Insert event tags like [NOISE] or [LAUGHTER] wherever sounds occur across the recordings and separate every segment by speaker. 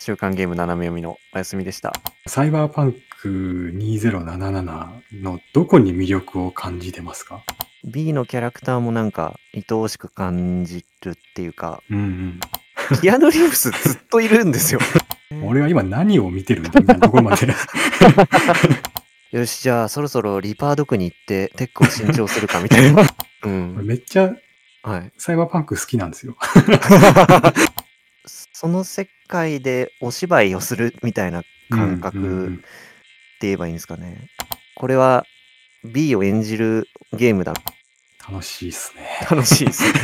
Speaker 1: 週刊ゲーム斜め読みのお休みでした。
Speaker 2: サイバーパンク2077のどこに魅力を感じてますか
Speaker 1: B のキャラクターもなんか愛おしく感じるっていうか、
Speaker 2: うん
Speaker 1: キアヌ・リーブスずっといるんです
Speaker 2: [LAUGHS]
Speaker 1: よ。
Speaker 2: うん。俺は今何を見てるんだみたいなところ
Speaker 1: [LAUGHS]
Speaker 2: まで。
Speaker 1: よし、じゃあそろそろリパード区に行ってテックを新調するかみたいな。うん。
Speaker 2: めっちゃ
Speaker 1: はい。
Speaker 2: サイバーパンク好きなんですよ。
Speaker 1: その世界でお芝居をするみたいな感覚
Speaker 2: うんうんうん
Speaker 1: って言えばいいんですかね。これは B を演じるゲームだ。
Speaker 2: 楽しいっすね。
Speaker 1: 楽しい
Speaker 2: [LAUGHS]
Speaker 1: ですね。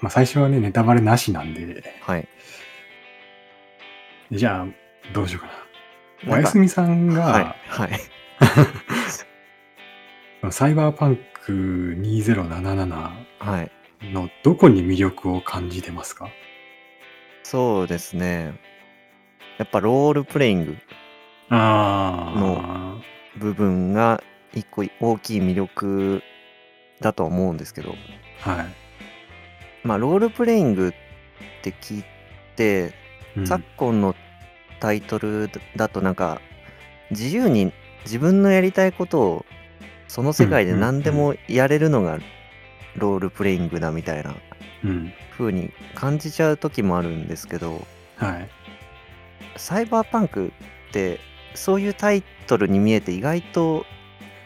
Speaker 2: まあ最初はね、ネタバレなしなんで。
Speaker 1: はい。
Speaker 2: じゃあ、どうしようかな。お
Speaker 1: なん
Speaker 2: や
Speaker 1: か
Speaker 2: すみさんが、
Speaker 1: はい。はい。
Speaker 2: サイバーパンク2077
Speaker 1: はい。
Speaker 2: のどこに魅力を感じてますか
Speaker 1: そうですね。やっぱロールプレイング
Speaker 2: あ
Speaker 1: 部分が一個大きい魅力だと思うんですけど、
Speaker 2: あ。はい。
Speaker 1: まあロールプレイングって聞いて、
Speaker 2: うん
Speaker 1: 昨今のタイトルだとなんか自由に自分のやりたいことをその世界で何でもやれるのがロールプレイングだみたいな
Speaker 2: うん。
Speaker 1: 風に感じちゃう時もあるんですけど
Speaker 2: はい。
Speaker 1: サイバーパンクってそういうタイトルに見えて意外と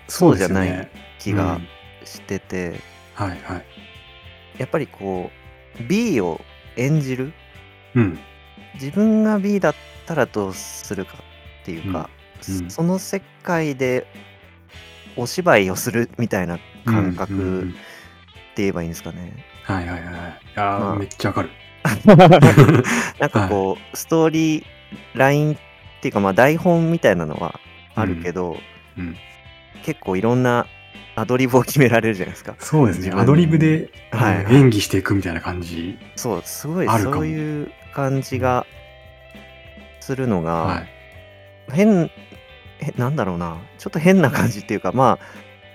Speaker 2: そう
Speaker 1: じゃない
Speaker 2: ですよね
Speaker 1: 気がしてて、
Speaker 2: うんはいはい。
Speaker 1: やっぱりこう B を演じる
Speaker 2: うん。
Speaker 1: 自分が B だったらどうするかっていうか、
Speaker 2: うんうん
Speaker 1: その世界でお芝居をするみたいな感
Speaker 2: うんうんう
Speaker 1: 覚っ
Speaker 2: ん
Speaker 1: て言えばいいんですか
Speaker 2: [LAUGHS]
Speaker 1: ね。
Speaker 2: はいはいはいはい。いやー、
Speaker 1: まあ
Speaker 2: めっちゃわ
Speaker 1: [LAUGHS]
Speaker 2: かる。
Speaker 1: なんかこう、ストーリーラインっていうかまあ台本みたいなのはあるけど、
Speaker 2: うんうん
Speaker 1: 結構いろんなアドリブを決められるじゃないですか。
Speaker 2: そうですね。
Speaker 1: 自分
Speaker 2: アドリブで、
Speaker 1: はい
Speaker 2: あの演技していくみたいな感じ。
Speaker 1: そうすごい
Speaker 2: あるかも
Speaker 1: そういう感じがするのが、
Speaker 2: はい。
Speaker 1: 変えなんだろうなちょっと変な感じっていうかまあ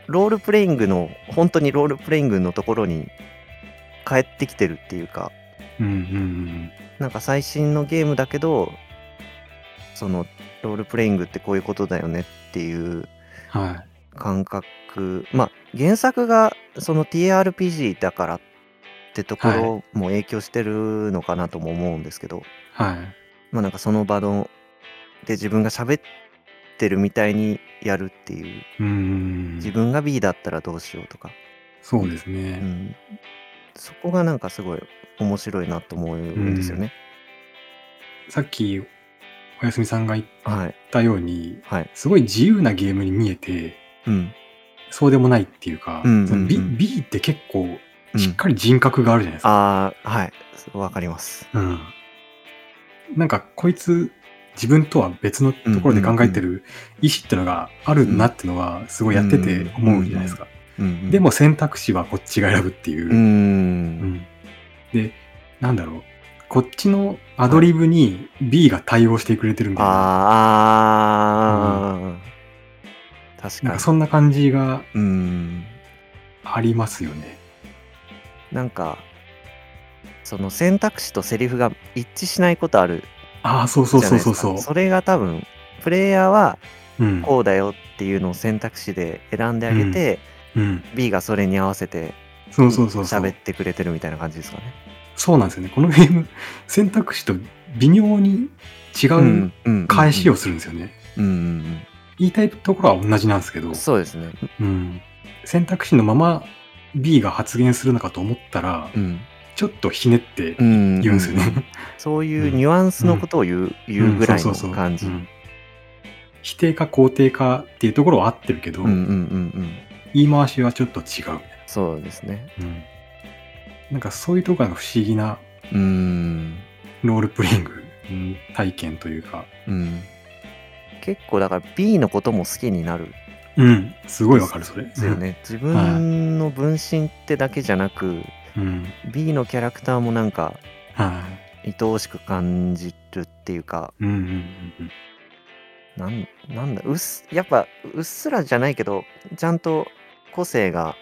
Speaker 1: ロールプレイングの本当にロールプレイングのところに帰ってきてるっていうか
Speaker 2: うんうんうん
Speaker 1: なんか最新のゲームだけどそのロールプレイングってこういうことだよねっていう
Speaker 2: うん。はい。
Speaker 1: 感覚まあ原作がその TRPG だからってところも影響してるのかなとも思うんですけど、
Speaker 2: はい。
Speaker 1: まあなんかその場ので自分が喋ってるみたいにやるっていう
Speaker 2: うんうんう
Speaker 1: 自
Speaker 2: ん。
Speaker 1: 分が B だったらどうしようとか、
Speaker 2: そうです
Speaker 1: う
Speaker 2: ね。
Speaker 1: ん、そこがなんかすごい面白いなと思うんですよね。
Speaker 2: さっき、おやすみさんが言っ
Speaker 1: はい
Speaker 2: たように、
Speaker 1: はい。
Speaker 2: すごい自由なゲームに見えて、
Speaker 1: うん。
Speaker 2: そうでもないっていうか、
Speaker 1: うんうんうん
Speaker 2: その B, B って結構
Speaker 1: うん
Speaker 2: しっかり人格があるじゃないですか。
Speaker 1: ああはいわかります。
Speaker 2: うんなんかこいつ自分とは別のところで考えてる意思ってのがあるなってのはすごいやってて思うじゃないですか。
Speaker 1: うんうん、
Speaker 2: でも選択肢はこっちが選ぶっていう
Speaker 1: うー
Speaker 2: う。
Speaker 1: ん
Speaker 2: んで、なんだろう。こっちのアドリブに B が対応してくれてるみたいな。
Speaker 1: あーあー、確
Speaker 2: な
Speaker 1: か
Speaker 2: んか
Speaker 1: に。
Speaker 2: そんな感じが
Speaker 1: うん
Speaker 2: ありますよね。
Speaker 1: なんかその選択肢とセリフが一致しないことある
Speaker 2: ああ、そう
Speaker 1: じ
Speaker 2: そ
Speaker 1: ゃ
Speaker 2: う
Speaker 1: ない
Speaker 2: そう
Speaker 1: です
Speaker 2: そ
Speaker 1: か
Speaker 2: うそう。
Speaker 1: それが多分プレイヤーは
Speaker 2: うん。
Speaker 1: こうだよっていうのを選択肢で選んであげて、
Speaker 2: うん。
Speaker 1: B がそれに合わせて
Speaker 2: そうそうそうそう
Speaker 1: 喋っ。てくれてるみたいな感じですかね。
Speaker 2: そうなんですよね。このゲーム、選択肢と微妙に違う
Speaker 1: うん
Speaker 2: 返しをするんですよね。
Speaker 1: うんうん
Speaker 2: 言いたいところは同じなんですけど
Speaker 1: うん、そうですね。
Speaker 2: うん、選択肢のまま B が発言するのかと思ったら、
Speaker 1: うん。
Speaker 2: ちょっとひねって
Speaker 1: うん
Speaker 2: 言うんですよね。
Speaker 1: そういうニュアンスのことを言う,、言うぐらいの
Speaker 2: [LAUGHS] そうそうそう
Speaker 1: 感じ。
Speaker 2: う
Speaker 1: うん
Speaker 2: 否定か肯定かっていうところは合ってるけど、
Speaker 1: んうんうんうん。
Speaker 2: 言い回しはちょっと違う、
Speaker 1: そうですね。
Speaker 2: うんなんかそういうところが不思議な
Speaker 1: うん。
Speaker 2: ロールプレイングうん体験というか、
Speaker 1: うん。結構だから B のことも好きになるん
Speaker 2: うん、すごいわかるそれ。
Speaker 1: ですよね。自分の分身ってだけじゃなく、
Speaker 2: うん。
Speaker 1: B のキャラクターもなんか
Speaker 2: はい。
Speaker 1: 愛おしく感じるっていうか
Speaker 2: うんうんうん
Speaker 1: なんなんだうっすやっぱうっすらじゃないけどちゃんと個性が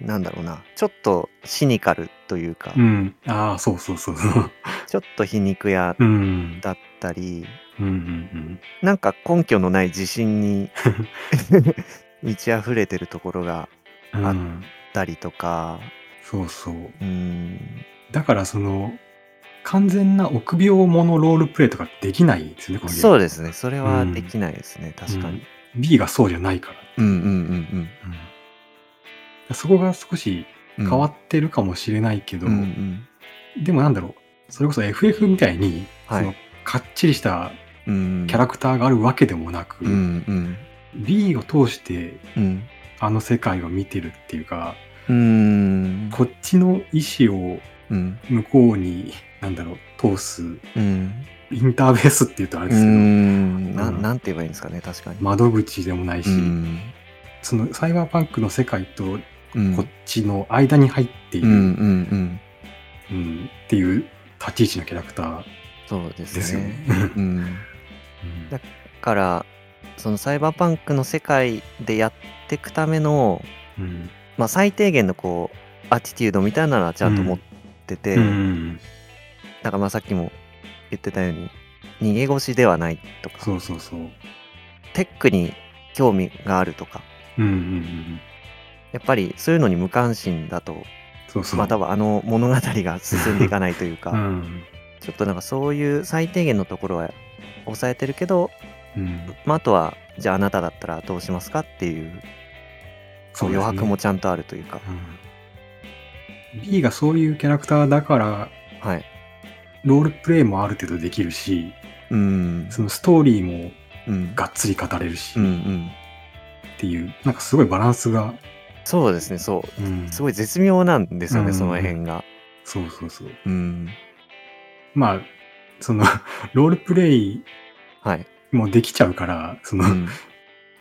Speaker 1: なんだろうなちょっとシニカルというか、
Speaker 2: うん。うん。ああ、そうそうそうそう。
Speaker 1: ちょっと皮肉屋
Speaker 2: うん。
Speaker 1: だったり
Speaker 2: うんうん
Speaker 1: なんか根拠のない自信
Speaker 2: [LAUGHS]
Speaker 1: に満ち溢れてるところが
Speaker 2: うん。う
Speaker 1: あ
Speaker 2: ん。
Speaker 1: あったりとか
Speaker 2: そうそう。
Speaker 1: うん
Speaker 2: だからその、完全な臆病者ロールプレイとかできないんですよね、このゲーム
Speaker 1: そうですねそれはできないですね、確かに、
Speaker 2: B がそうじゃないから。
Speaker 1: うん、うんうん
Speaker 2: うん、そこが少し
Speaker 1: うん
Speaker 2: 変わってるかもしれないけど、
Speaker 1: うんうん
Speaker 2: でもなんだろう、それこそ FF みたいに、
Speaker 1: はい
Speaker 2: そのかっちりした
Speaker 1: うん
Speaker 2: キャラクターがあるわけでもなく、
Speaker 1: うんうん
Speaker 2: B を通して
Speaker 1: うん
Speaker 2: あの世界を見てるっていうか、
Speaker 1: うん
Speaker 2: こっちの意思を
Speaker 1: うん
Speaker 2: 向こうに、なんだろう、通す、
Speaker 1: うん
Speaker 2: インターフェースっていうとあれ
Speaker 1: う
Speaker 2: ですけど、
Speaker 1: んな
Speaker 2: うん
Speaker 1: なんて言えばいいんですかね確かに、
Speaker 2: 窓口でもないし、
Speaker 1: うん
Speaker 2: そのサイバーパンクの世界と
Speaker 1: うん
Speaker 2: こっちの間に入っている、
Speaker 1: うんうんうん
Speaker 2: うんっていう立ち位置のキャラクター
Speaker 1: そうで
Speaker 2: ですすよね
Speaker 1: ね。うん
Speaker 2: うん
Speaker 1: だからそのサイバーパンクの世界でやっていくための、
Speaker 2: うん
Speaker 1: まあ、最低限のこうアティテュードみたいなのはちゃんと持ってて、
Speaker 2: うん
Speaker 1: だからまあさっきも言ってたように逃げ腰ではないとか
Speaker 2: そうそうそう。
Speaker 1: テックに興味があるとか
Speaker 2: うんうんうん。
Speaker 1: やっぱりそういうのに無関心だと
Speaker 2: そうそう。
Speaker 1: またはあの物語が進んでいかないという [LAUGHS] か、
Speaker 2: うん。
Speaker 1: ちょっとなんかそういう最低限のところは抑えてるけど、
Speaker 2: うん。
Speaker 1: まあ、あとはじゃああなただったらどうしますかっていう
Speaker 2: そうですね
Speaker 1: 余白も。ちゃんとあるというか
Speaker 2: うん B がそういうキャラクターだから、
Speaker 1: はい
Speaker 2: ロールプレイもある程度できるし、
Speaker 1: うん
Speaker 2: そのストーリーも
Speaker 1: うん
Speaker 2: がっつり語れるし
Speaker 1: うんう
Speaker 2: っ
Speaker 1: ん
Speaker 2: ていう、なんかすごいバランスが、
Speaker 1: そうですねそう
Speaker 2: うん
Speaker 1: すごい絶妙なんですよね、
Speaker 2: うん
Speaker 1: その辺が
Speaker 2: そうそうそう。
Speaker 1: うん
Speaker 2: まあ、その、 [LAUGHS] ロールプレイ [LAUGHS]
Speaker 1: はい、
Speaker 2: もできちゃうから、その、
Speaker 1: うん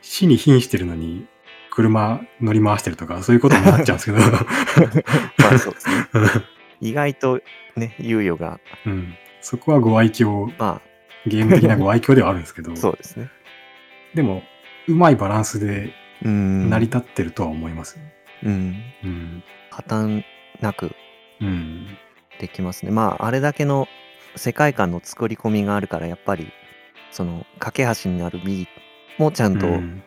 Speaker 2: 死に瀕してるのに車乗り回してるとかそういうことになっちゃうんですけ
Speaker 1: [LAUGHS]
Speaker 2: ど、
Speaker 1: まあそうです
Speaker 2: [LAUGHS]
Speaker 1: ね意外とね猶予が
Speaker 2: うん、そこはご愛嬌
Speaker 1: ま
Speaker 2: ゲーム的なご愛嬌ではあるんですけど
Speaker 1: あそうですね
Speaker 2: でもうまいバランスで
Speaker 1: うん
Speaker 2: 成り立ってるとは思います
Speaker 1: うん
Speaker 2: うん
Speaker 1: 破綻なく
Speaker 2: うん
Speaker 1: できますねまああれだけの世界観の作り込みがあるからやっぱりその架け橋になる B もちゃんと
Speaker 2: うん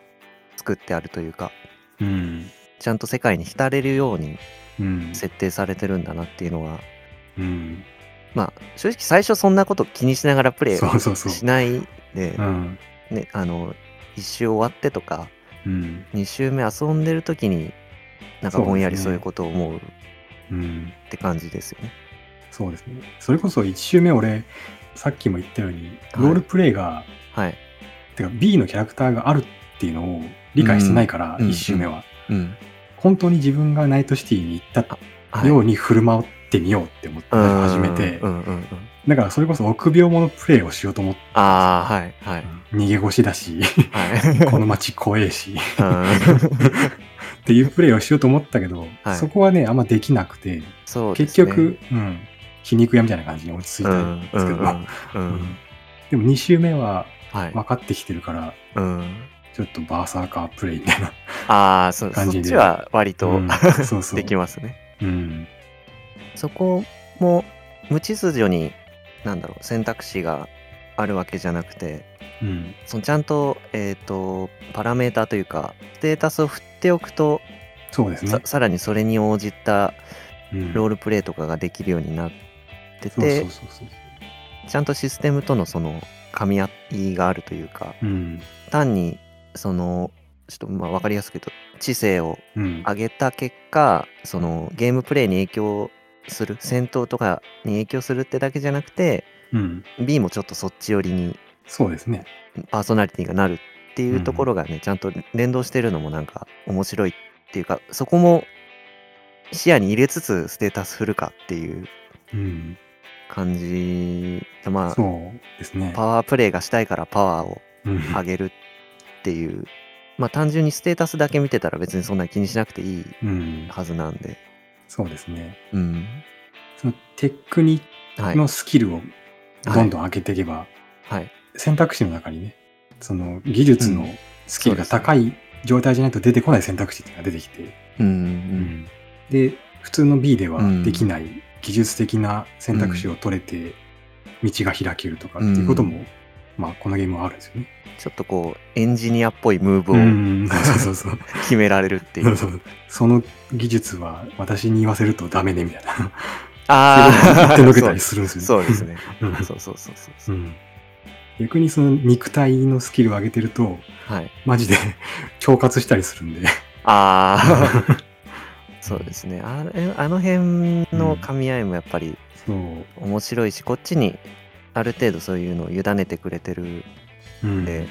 Speaker 1: 作ってあるというか、
Speaker 2: うん
Speaker 1: ちゃんと世界に浸れるように
Speaker 2: うん
Speaker 1: 設定されてるんだなっていうのは
Speaker 2: うん
Speaker 1: まあ正直最初そんなこと気にしながらプレイ
Speaker 2: そうそうそう
Speaker 1: しないで
Speaker 2: う、ん
Speaker 1: ね、あの1周終わってとか
Speaker 2: うん
Speaker 1: 2周目遊んでる時になんかぼんやり
Speaker 2: そう
Speaker 1: そうい
Speaker 2: ですね
Speaker 1: うことを思うっ
Speaker 2: うん
Speaker 1: て感じですよね。
Speaker 2: そうですねそれこそ1周目俺さっきも言ったように
Speaker 1: はい
Speaker 2: ロールプレイが、
Speaker 1: はい。
Speaker 2: てか B のキャラクターがあるっていうのを理解してないから、
Speaker 1: うん
Speaker 2: 1周目は、
Speaker 1: うん。
Speaker 2: 本当に自分がナイトシティに行った
Speaker 1: はい、
Speaker 2: ように振る舞ってみようって思って
Speaker 1: うん
Speaker 2: 始めて、
Speaker 1: うんうんうん。
Speaker 2: だからそれこそ臆病者プレイをしようと思って、
Speaker 1: ああ、はいはい
Speaker 2: 逃げ腰
Speaker 1: [LAUGHS]
Speaker 2: だし、 [LAUGHS]
Speaker 1: はい。
Speaker 2: この街怖えし、
Speaker 1: うん
Speaker 2: っていうプレイをしようと思ったけど、
Speaker 1: はい
Speaker 2: そこはね、あんまできなくて、
Speaker 1: そうです
Speaker 2: 結
Speaker 1: ね。
Speaker 2: 局、うん、皮肉屋みたいな感じに落ち着い
Speaker 1: うん、う
Speaker 2: たん
Speaker 1: ん
Speaker 2: で
Speaker 1: う
Speaker 2: すけ
Speaker 1: ん
Speaker 2: ど、
Speaker 1: うん
Speaker 2: うんでも2周目は
Speaker 1: はい。
Speaker 2: 分かってきてるから、
Speaker 1: うん。
Speaker 2: ちょっとバーサーカープレイみたいな。
Speaker 1: ああ、そうそ
Speaker 2: 感
Speaker 1: っ
Speaker 2: じで
Speaker 1: ちは割と、
Speaker 2: うんそうそう。
Speaker 1: できますね。
Speaker 2: うん。
Speaker 1: そこも無秩序に何だろう選択肢があるわけじゃなくて
Speaker 2: うん。
Speaker 1: そのちゃんと,、えー、とパラメータというかステータスを振っておくと、
Speaker 2: そうです
Speaker 1: さ
Speaker 2: ね。
Speaker 1: さらにそれに応じた
Speaker 2: うん
Speaker 1: ロールプレイとかができるようになって
Speaker 2: そう
Speaker 1: て
Speaker 2: そうそうそう。
Speaker 1: ちゃんとシステムとのその噛み合いがあるというか
Speaker 2: うん。
Speaker 1: 単にそのちょっとまあ分かりやすく言うと知性を
Speaker 2: うん。
Speaker 1: 上げた結果そのゲームプレイに影響する戦闘とかに影響するってだけじゃなくて
Speaker 2: うん。
Speaker 1: B もちょっとそっち寄りに
Speaker 2: そうですね。
Speaker 1: パーソナリティがなるっていうところがね、ちゃんと連動してるのもなんか面白いっていうかそこも視野に入れつつステータス振るかっていう
Speaker 2: うん。
Speaker 1: 感じまあ
Speaker 2: そうですね。
Speaker 1: パワープレイがしたいからパワーを
Speaker 2: うん
Speaker 1: 上げるっていうまあ単純にステータスだけ見てたら別にそんなに気にしなくていい
Speaker 2: うん。
Speaker 1: はずなんで
Speaker 2: そうですね。
Speaker 1: うん。
Speaker 2: そのテクニッ
Speaker 1: は
Speaker 2: ク
Speaker 1: い。
Speaker 2: のスキルをどんどん上げていけば、
Speaker 1: はい。
Speaker 2: 選択肢の中にね、その技術のスキルが高い状態じゃないと出てこない選択肢っていうのが出てきて、
Speaker 1: うん
Speaker 2: で、普通の B では
Speaker 1: うん
Speaker 2: できない技術的な選択肢を取れて、道が開けるとかっていうことも、まあ、このゲームはあるんですよね。
Speaker 1: うん。ちょっとこう、エンジニアっぽいムーブを
Speaker 2: ん、 [LAUGHS] そうそうそう。
Speaker 1: 決められるってい
Speaker 2: そう
Speaker 1: う。
Speaker 2: そうその技術は私に言わせるとダメねみたいな。
Speaker 1: ああ、
Speaker 2: 手のけたりするんですよね。
Speaker 1: そうですね。
Speaker 2: うん
Speaker 1: そうそうそうそう
Speaker 2: う
Speaker 1: そう。
Speaker 2: ん逆にその肉体のスキルを上げてると、
Speaker 1: はい。[LAUGHS]
Speaker 2: マジで腸活したりするんで。 [LAUGHS]
Speaker 1: ああ、そうですね。あれあの辺の噛み合いもやっぱり
Speaker 2: そう。
Speaker 1: 面白いし、こっちにある程度そういうのを委ねてくれてる
Speaker 2: うん。
Speaker 1: んで、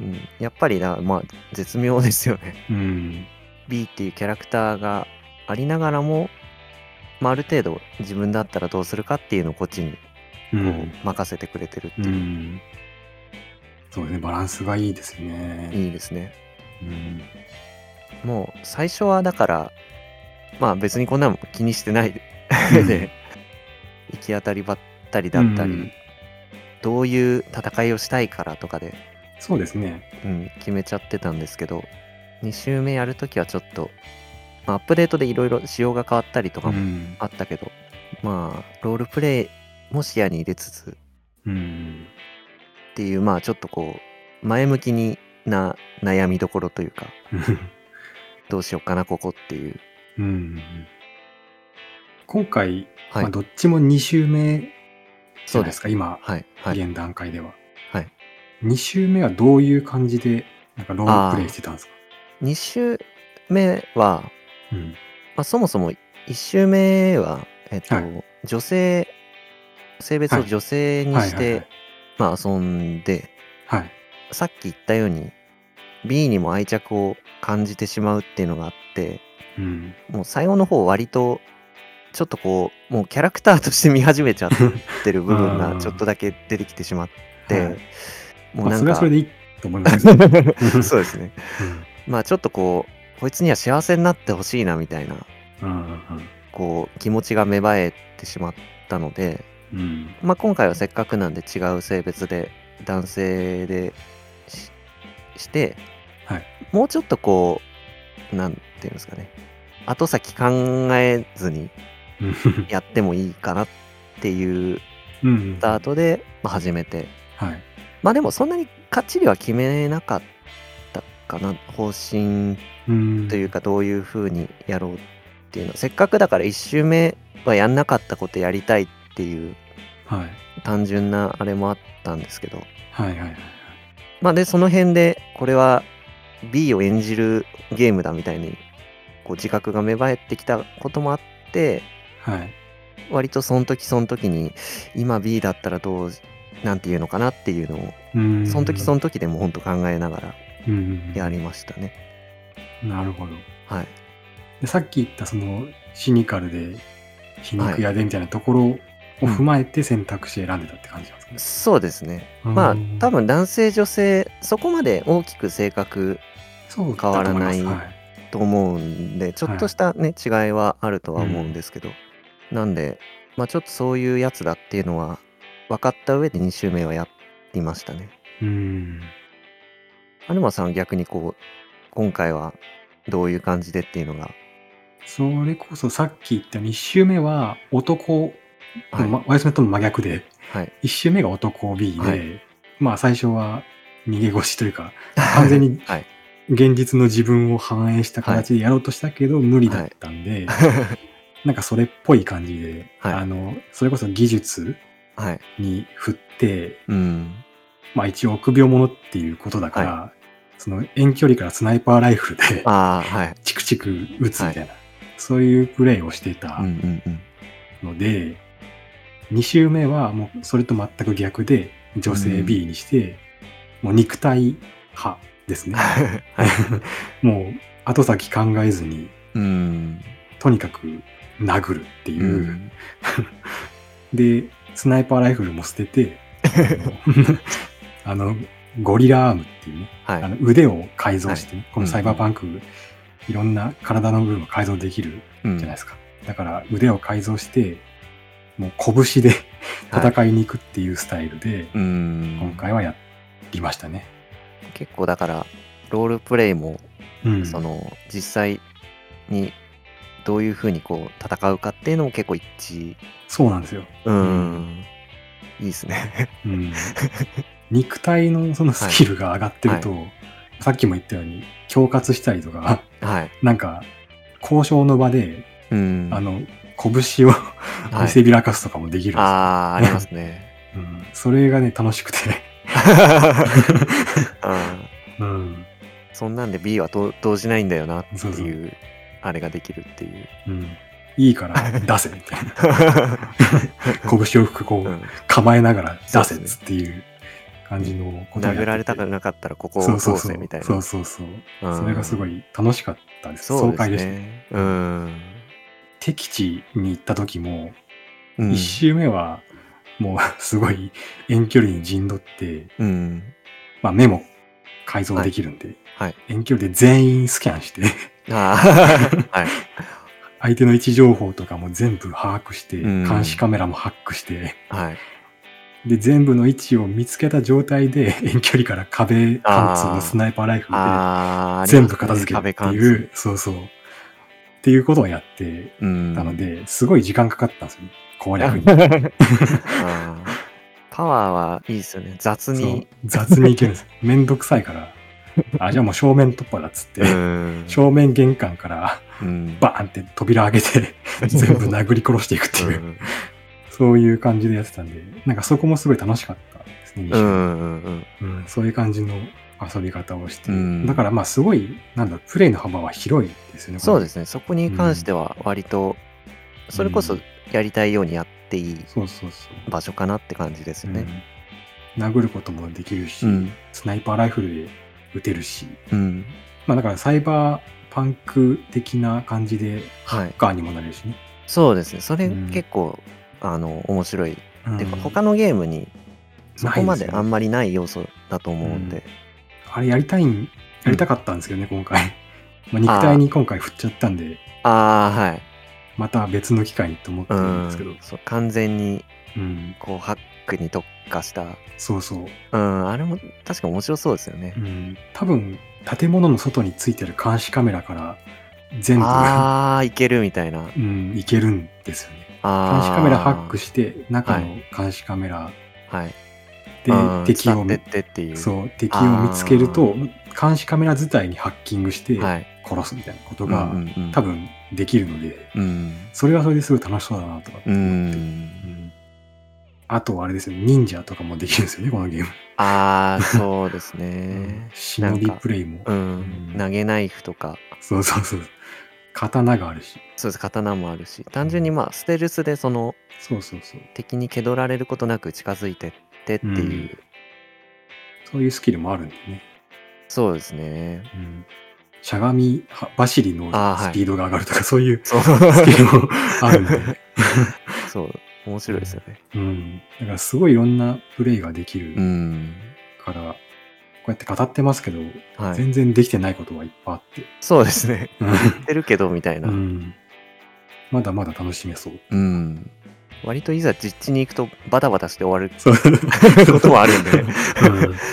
Speaker 1: うん、やっぱりな、まあ、絶妙ですよね。
Speaker 2: うん。
Speaker 1: B っていうキャラクターがありながらも、まあ、ある程度自分だったらどうするかっていうのをこっちにこ
Speaker 2: うん。
Speaker 1: う任せてくれてるって
Speaker 2: う
Speaker 1: いう、
Speaker 2: ん。そうですね、バランスがいいですよね。
Speaker 1: いいですね
Speaker 2: うん。
Speaker 1: もう最初はだからまあ別にこんなの気にして [LAUGHS] ないで、行き当たりばったりだったり、
Speaker 2: うん
Speaker 1: どういう戦いをしたいからとかで、
Speaker 2: そうですね。
Speaker 1: うん、決めちゃってたんですけど2周目やるときはちょっと、まあ、アップデートでいろいろ仕様が変わったりとか
Speaker 2: う
Speaker 1: も
Speaker 2: ん。
Speaker 1: あったけど、まあロールプレイも視野に入れつつ
Speaker 2: うん。
Speaker 1: っていうまあちょっとこう前向きにな悩みどころというかどうしようかなここっていう
Speaker 2: [LAUGHS] うん。今回、
Speaker 1: はい、
Speaker 2: まあ、どっちも2周目じゃないですか、今、
Speaker 1: はいはい
Speaker 2: 現段階では。
Speaker 1: はい
Speaker 2: 2周目はどういう感じで、なんかロールプレイしてたんですか
Speaker 1: 2周目は、
Speaker 2: うん。
Speaker 1: まあ、そもそも1周目はえっと、
Speaker 2: はい
Speaker 1: 女性性別を女性に
Speaker 2: はい
Speaker 1: し
Speaker 2: はいはい
Speaker 1: てまあ遊んで
Speaker 2: はい。
Speaker 1: さっき言ったように B にも愛着を感じてしまうっていうのがあって
Speaker 2: うん。
Speaker 1: もう最後の方割とちょっとこうもうキャラクターとして見始めちゃってる部分
Speaker 2: [LAUGHS] あ
Speaker 1: が
Speaker 2: ー
Speaker 1: ちょっとだけ出てきてしまっ
Speaker 2: はい
Speaker 1: て、もう
Speaker 2: まあ、
Speaker 1: な
Speaker 2: そ
Speaker 1: ん
Speaker 2: れは
Speaker 1: か
Speaker 2: それでいいと思い
Speaker 1: [LAUGHS]
Speaker 2: ますけど。
Speaker 1: そうですねまあちょっとこうこいつには幸せになってほしいなみたいな
Speaker 2: うん。うん。
Speaker 1: こう気持ちが芽生えてしまったので、
Speaker 2: うん。
Speaker 1: まあ、今回はせっかくなんで違う性別で男性でしして、
Speaker 2: はい
Speaker 1: もうちょっとこうなんていうんですかね後先考えずに
Speaker 2: うん。
Speaker 1: やってもいいかなっていう
Speaker 2: うんうん
Speaker 1: スタートで、まあ、始めて
Speaker 2: はい。
Speaker 1: まあでもそんなにかっちりは決めなかったかな方針
Speaker 2: うん。
Speaker 1: というかどういう風にやろうっていうのせっかくだから1周目はやんなかったことやりたいっていう
Speaker 2: はい。
Speaker 1: 単純なあれもあったんですけど
Speaker 2: はいはいはいはい。
Speaker 1: まあでその辺でこれは B を演じるゲームだみたいにこう自覚が芽生えてきたこともあって
Speaker 2: はい。
Speaker 1: 割とその時その時に今 B だったらどうなんていうのかなっていうのを
Speaker 2: うん。
Speaker 1: その時その時でも本当考えながら
Speaker 2: うんうん
Speaker 1: やりましたね
Speaker 2: うん。なるほど。
Speaker 1: はい
Speaker 2: でさっき言ったそのシニカルで皮肉屋でみたいなところを踏まえて選択肢選んでたって感じなんです
Speaker 1: そうですね
Speaker 2: かね。
Speaker 1: ま
Speaker 2: う
Speaker 1: あ
Speaker 2: ん
Speaker 1: 多分男性女性そこまで大きく性格
Speaker 2: そう
Speaker 1: 変わらない
Speaker 2: だと思
Speaker 1: と思う
Speaker 2: ますはい
Speaker 1: んでちょっとしたね、違いはあるとは思うんですけど、なんでまあちょっとそういうやつだっていうのは分かった上で2周目はやりましたね
Speaker 2: うん。
Speaker 1: 有馬さんは逆にこう今回はどういう感じでっていうのが
Speaker 2: それこそさっき言った2周目は男、
Speaker 1: はい、
Speaker 2: まワイスメとの真逆で、
Speaker 1: はい
Speaker 2: 1周目が男 B で、
Speaker 1: はい
Speaker 2: まあ最初は逃げ腰というか、完全に
Speaker 1: はい
Speaker 2: 現実の自分を反映した形でやろうとしたけど無理だったんで、 [LAUGHS] なんかそれっぽい感じで、
Speaker 1: はい
Speaker 2: あの、それこそ技術
Speaker 1: [LAUGHS] はい
Speaker 2: に振って、
Speaker 1: うん
Speaker 2: まあ一応臆病者っていうことだから、その遠距離からスナイパーライフルで
Speaker 1: ああはい
Speaker 2: [LAUGHS] チクチク撃つみたいな、そういうプレイをしてた
Speaker 1: うんうんうん
Speaker 2: ので、2周目はもうそれと全く逆で女性 B にして、もう肉体派ですね。
Speaker 1: はい
Speaker 2: もう後先考えずに、
Speaker 1: うん
Speaker 2: とにかく殴るっていうう、
Speaker 1: ん
Speaker 2: で、スナイパーライフルも捨てて、あの、あのゴリラアームっていうね、
Speaker 1: はい
Speaker 2: あの腕を改造してね、このサイバーパンクいろんな体の部分を改造できる
Speaker 1: うん
Speaker 2: じゃないですか。だから腕を改造して、もう拳で戦いに行くっていうスタイルで、
Speaker 1: うん
Speaker 2: 今回はやりましたね。
Speaker 1: 結構だからロールプレイも
Speaker 2: うん。
Speaker 1: その実際にどういうふうにこう戦うかっていうのも結構一致
Speaker 2: そうなんですよ。
Speaker 1: うん、いいですね [LAUGHS]
Speaker 2: うん、肉体のそのスキルが上がってると、さっきも言ったように、恐喝したりとか、
Speaker 1: はい
Speaker 2: なんか、交渉の場で、
Speaker 1: うん
Speaker 2: あの、拳を
Speaker 1: は
Speaker 2: 見
Speaker 1: い、
Speaker 2: せびらかすとかもできるんですよ、
Speaker 1: あーあります [LAUGHS] ね
Speaker 2: うん。それがね、楽しくて。
Speaker 1: うん
Speaker 2: うん。
Speaker 1: そんなんで B はと動じないんだよなっていう
Speaker 2: そうそう
Speaker 1: あれができるっていう、
Speaker 2: うん。いい [LAUGHS] から出せみたいな。拳をふくこ
Speaker 1: う、
Speaker 2: うん構えながら出せ
Speaker 1: そう
Speaker 2: っ
Speaker 1: です
Speaker 2: つっていう感じのことをやってて
Speaker 1: 殴られたくなかったらここを
Speaker 2: そうそう
Speaker 1: 通
Speaker 2: そ
Speaker 1: せ
Speaker 2: う
Speaker 1: みたいな
Speaker 2: そうそうそう。
Speaker 1: うん
Speaker 2: それがすごい楽しかったです。
Speaker 1: そう
Speaker 2: 爽
Speaker 1: です
Speaker 2: 快でした。
Speaker 1: ねうん、
Speaker 2: 敵地に行った時も、
Speaker 1: うん
Speaker 2: 一周目はもうすごい遠距離に陣取って、
Speaker 1: うん
Speaker 2: まあ、目も改造できるんで、
Speaker 1: はい
Speaker 2: 遠距離で全員スキャンして、 [LAUGHS]
Speaker 1: あーはい
Speaker 2: 相手の位置情報とかも全部把握して、
Speaker 1: うん
Speaker 2: 監視カメラもハックして、
Speaker 1: はい
Speaker 2: で、全部の位置を見つけた状態で、 [LAUGHS] 遠距離から壁貫通のスナイパーライフルで、
Speaker 1: あーありますね
Speaker 2: 全部片付けるって
Speaker 1: 壁
Speaker 2: い
Speaker 1: 貫
Speaker 2: う、そうそう。っていうことをやって
Speaker 1: 通うん
Speaker 2: たので、すごい時間かかったんですよ。攻略に。
Speaker 1: [LAUGHS] あーパワーはいいですよね。雑
Speaker 2: そう
Speaker 1: に。
Speaker 2: 雑にいけるんです。 [LAUGHS] めんどくさいから。あ、じゃあもう正面突破だっつって、
Speaker 1: うん
Speaker 2: 正面玄関から
Speaker 1: うん
Speaker 2: バーンって扉開け
Speaker 1: [LAUGHS]
Speaker 2: て、全部殴り殺していくっていう、そういう感じでやってたんで、なんかそこもすごい楽しかったですね、一
Speaker 1: う
Speaker 2: 緒
Speaker 1: ん
Speaker 2: に
Speaker 1: うんうん
Speaker 2: うん、そういう感じの遊び方をして、
Speaker 1: うん
Speaker 2: だからまあすごい、なんだ、プレイの幅は広いですよね。。
Speaker 1: そうですすね。そこに関しては割と、それこそやりたいようにやっていい
Speaker 2: そうそうそう。
Speaker 1: 場所かなって感じですよね。
Speaker 2: うん殴ることもできるし、
Speaker 1: うん。
Speaker 2: スナイパーライフルで撃てるし、
Speaker 1: うん。
Speaker 2: まあだからサイバーパンク的な感じで、ハッカーにもなれるしね。
Speaker 1: そうですね。それ
Speaker 2: うん
Speaker 1: 結構、あの、面白い。
Speaker 2: うん
Speaker 1: てか、他のゲームにそこまであん
Speaker 2: ま
Speaker 1: まりない要素だと思うんで。
Speaker 2: あれやりたいん、やりたかったんですけどね、
Speaker 1: [LAUGHS]
Speaker 2: 今回。まあ、肉体に今回振っちゃったんで、
Speaker 1: ああ、はい。
Speaker 2: また別の機会にと思って
Speaker 1: う
Speaker 2: るんですけど
Speaker 1: ん。。そう完全に、
Speaker 2: うん。
Speaker 1: こう、ハックに特化した
Speaker 2: そうそ
Speaker 1: う
Speaker 2: う。
Speaker 1: ん、あれも確か面白そうですよね
Speaker 2: う。ん。多分、建物の外についてる監視カメラから全部、
Speaker 1: ああ、いけるみたいな。
Speaker 2: うん、いけるんですよね。
Speaker 1: あ
Speaker 2: 監
Speaker 1: ー
Speaker 2: 視カメラハックして、中
Speaker 1: は
Speaker 2: の監視カメラ
Speaker 1: はい。
Speaker 2: で
Speaker 1: うん
Speaker 2: 敵を
Speaker 1: 伝
Speaker 2: 見、
Speaker 1: ってってっていう。
Speaker 2: そう、敵を見つけると、監視カメラ自体にハッキングして
Speaker 1: はい。
Speaker 2: 殺すみたいなこと
Speaker 1: う
Speaker 2: が、
Speaker 1: んうんうん
Speaker 2: 多。分できるので、
Speaker 1: うん。
Speaker 2: それはそれですごい楽しそうだなとかって
Speaker 1: う
Speaker 2: 思っ
Speaker 1: ん。
Speaker 2: て。うんあと、あれですよ、忍者とかもできるんですよね、このゲーム。
Speaker 1: ああ、そうです
Speaker 2: うん
Speaker 1: ね。
Speaker 2: 忍びプレイも
Speaker 1: う。
Speaker 2: [LAUGHS] うんん。
Speaker 1: 投げナイフとか、
Speaker 2: そうそうそう。刀があるし。
Speaker 1: そうです。刀もあるし、単純にまあ、ステルスでその
Speaker 2: そうそうそう。
Speaker 1: 敵に蹴取られることなく近づいてってっていう。
Speaker 2: そういうスキルもあるんでね。
Speaker 1: そうですね。
Speaker 2: うんしゃがみは、走りの
Speaker 1: あーはい
Speaker 2: スピードが上がる
Speaker 1: [LAUGHS]
Speaker 2: とか、そういう
Speaker 1: そう。
Speaker 2: スキルもあるんで。
Speaker 1: [LAUGHS] そう。面白いですよね。
Speaker 2: うん。だからすごいいろんなプレイができ
Speaker 1: う
Speaker 2: る
Speaker 1: ん。
Speaker 2: から、こうやって語ってますけど、
Speaker 1: はい。
Speaker 2: 全然できてないことはいっぱいあって。
Speaker 1: そうですね。
Speaker 2: うん
Speaker 1: 言ってるけどみたいな
Speaker 2: う。ん。まだまだ楽し
Speaker 1: [LAUGHS]
Speaker 2: めそう。
Speaker 1: うん。割といざ実地に行くとバタバタして終わる
Speaker 2: そう。
Speaker 1: [LAUGHS] こともあるんで、
Speaker 2: [LAUGHS] うん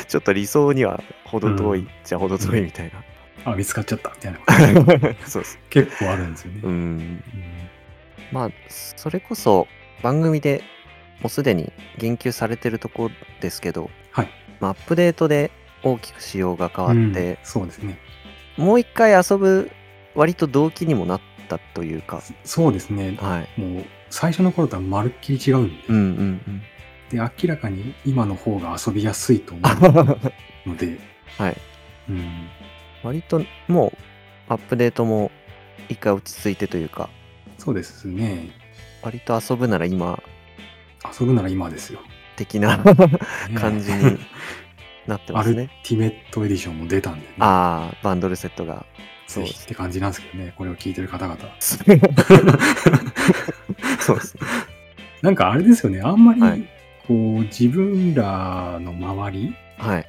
Speaker 1: ちょっと理想には程遠いじゃ程遠いみたいな。
Speaker 2: あ、見つかっちゃったみたいなことが
Speaker 1: [LAUGHS] そうです。
Speaker 2: 結構あるんですよね。
Speaker 1: う
Speaker 2: うん
Speaker 1: ん。まあ、それこそ番組でもうすでに言及されてるとこですけど、
Speaker 2: はい
Speaker 1: まあアップデートで大きく仕様が変わって
Speaker 2: うん、そうですね。
Speaker 1: もう一回遊ぶ割と動機にもなったというか、
Speaker 2: そうですね。
Speaker 1: はい。
Speaker 2: もう最初の頃とはまるっきり違うんで、
Speaker 1: うんうん [LAUGHS] うん。
Speaker 2: で明らかに今の方が遊びやすいと思うので、
Speaker 1: はい。
Speaker 2: うん、
Speaker 1: 割ともうアップデートも一回落ち着いてというか、
Speaker 2: そうですね。
Speaker 1: 割と遊ぶなら今
Speaker 2: 遊ぶなら今ですよ。
Speaker 1: 的 [LAUGHS] な
Speaker 2: ね
Speaker 1: 感じになって
Speaker 2: ア
Speaker 1: ます
Speaker 2: ル
Speaker 1: ね。
Speaker 2: ティメットエディションも出たんでね。
Speaker 1: ああ、バンドルセットが。
Speaker 2: ぜひって感じなんですけどね、これを聞いてる方々。
Speaker 1: そうですね。
Speaker 2: なんかあれですよね、あんまり、
Speaker 1: はい
Speaker 2: こう、自分らの周り、
Speaker 1: はい。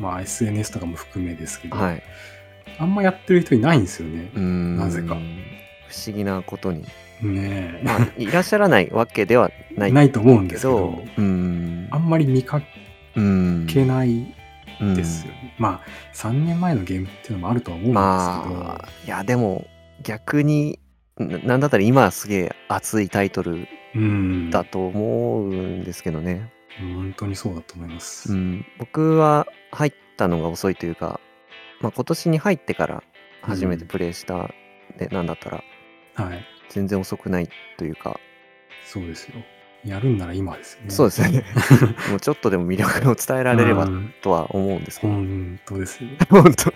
Speaker 2: まあ SNS とかも含めですけど、
Speaker 1: はい。
Speaker 2: あんまやってる人いないんですよね。
Speaker 1: うん
Speaker 2: なぜ
Speaker 1: 不
Speaker 2: か
Speaker 1: 思議なことに、
Speaker 2: ね
Speaker 1: まあ、いらっしゃらないわけではな
Speaker 2: え。
Speaker 1: い
Speaker 2: ないと思うんで
Speaker 1: け
Speaker 2: すけど、
Speaker 1: どうん
Speaker 2: あんまり見か
Speaker 1: うん
Speaker 2: けない
Speaker 1: うん
Speaker 2: ですよね。まあ、3年前のゲームっていうのもあるとは思うんですけど、
Speaker 1: まあいやでも逆にななんだったら今すげえ熱いタイトル
Speaker 2: うん。
Speaker 1: だと思うんですけどね、
Speaker 2: 本当にそうだと思います。
Speaker 1: うん、僕は入ったのが遅いというか、まあ、今年に入ってから初めてプレイしたで、なんだったら
Speaker 2: はい。
Speaker 1: 全然遅くないというか、
Speaker 2: そうですよ。やるんなら今ですよね。
Speaker 1: そう
Speaker 2: で
Speaker 1: ですよ [LAUGHS] ねもうちょっとでも魅力を伝えられればとは思うんですけど、
Speaker 2: 本当ですよ。
Speaker 1: 本当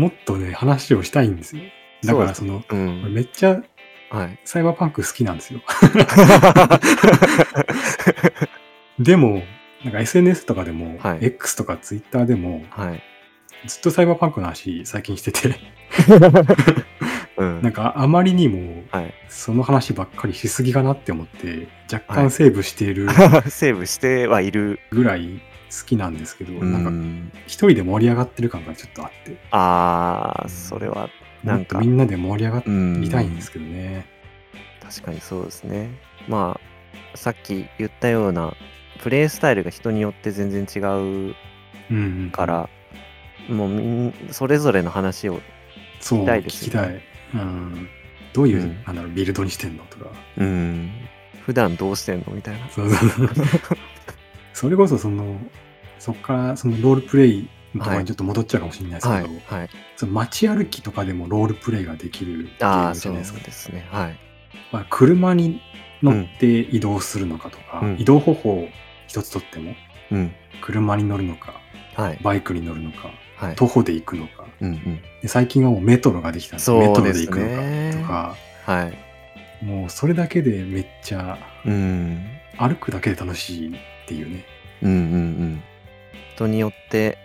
Speaker 2: もっとね、話をしたいんですよ。だからその、
Speaker 1: [LAUGHS] う
Speaker 2: 俺
Speaker 1: ん
Speaker 2: めっちゃ [LAUGHS]
Speaker 1: はい
Speaker 2: サイバーパンク好きなんですよ。でも、なんか SNS とかでも、
Speaker 1: はい
Speaker 2: X とか Twitter でも、
Speaker 1: はい、
Speaker 2: ずっとサイバーパンクの話最近してて、
Speaker 1: うん
Speaker 2: なんかあまりにも、
Speaker 1: はい、
Speaker 2: その話ばっかりしすぎかなって思って、若干セーブして
Speaker 1: [LAUGHS]
Speaker 2: いる
Speaker 1: セーブしてはいる
Speaker 2: ぐらい好きなんですけど、
Speaker 1: う
Speaker 2: なんか
Speaker 1: ん
Speaker 2: 一人で盛り上がってる感がちょっとあって、
Speaker 1: あーそれはな
Speaker 2: なんん
Speaker 1: か
Speaker 2: かみんなで盛り上がって
Speaker 1: うん
Speaker 2: いたいんですけどね。
Speaker 1: 確かにそうですねまあさっき言ったようなプレイスタイルが人によって全然違う
Speaker 2: うんうん。
Speaker 1: から、もうみんそれぞれの話を
Speaker 2: そう、
Speaker 1: 聞
Speaker 2: 聞
Speaker 1: き
Speaker 2: き
Speaker 1: た
Speaker 2: た
Speaker 1: い
Speaker 2: い
Speaker 1: ですよね
Speaker 2: うん。どういう、
Speaker 1: うん
Speaker 2: なんだろう、ビルドにしてんのとか。
Speaker 1: うん普段どうしてんのみたいな
Speaker 2: そうそう [LAUGHS] そう。それこそ、その、そっから、そのロールプレイのところにちょっと戻っちゃうかもしれないですけ
Speaker 1: は
Speaker 2: ど、
Speaker 1: いはい
Speaker 2: その街歩きとかでもロールプレイができるゲ
Speaker 1: あ
Speaker 2: ー
Speaker 1: あ
Speaker 2: ムじ
Speaker 1: そ
Speaker 2: ゃ
Speaker 1: う
Speaker 2: ない
Speaker 1: で
Speaker 2: ですか。
Speaker 1: すねはい
Speaker 2: まあ、車に乗って移動するのかとか、
Speaker 1: うん
Speaker 2: 移動方法を一つとっても、
Speaker 1: うん
Speaker 2: 車に乗るのか、
Speaker 1: はい
Speaker 2: バイクに乗るのか、
Speaker 1: はい
Speaker 2: 徒歩で行くのか。
Speaker 1: うんうん
Speaker 2: で最近はもうメトロができたんで、
Speaker 1: そう
Speaker 2: メトロ
Speaker 1: で
Speaker 2: です行く
Speaker 1: ね
Speaker 2: のかとか、
Speaker 1: はい
Speaker 2: もうそれだけでめっちゃ
Speaker 1: うん
Speaker 2: 歩くだけで楽しいっていうね。
Speaker 1: うんうんうん人によって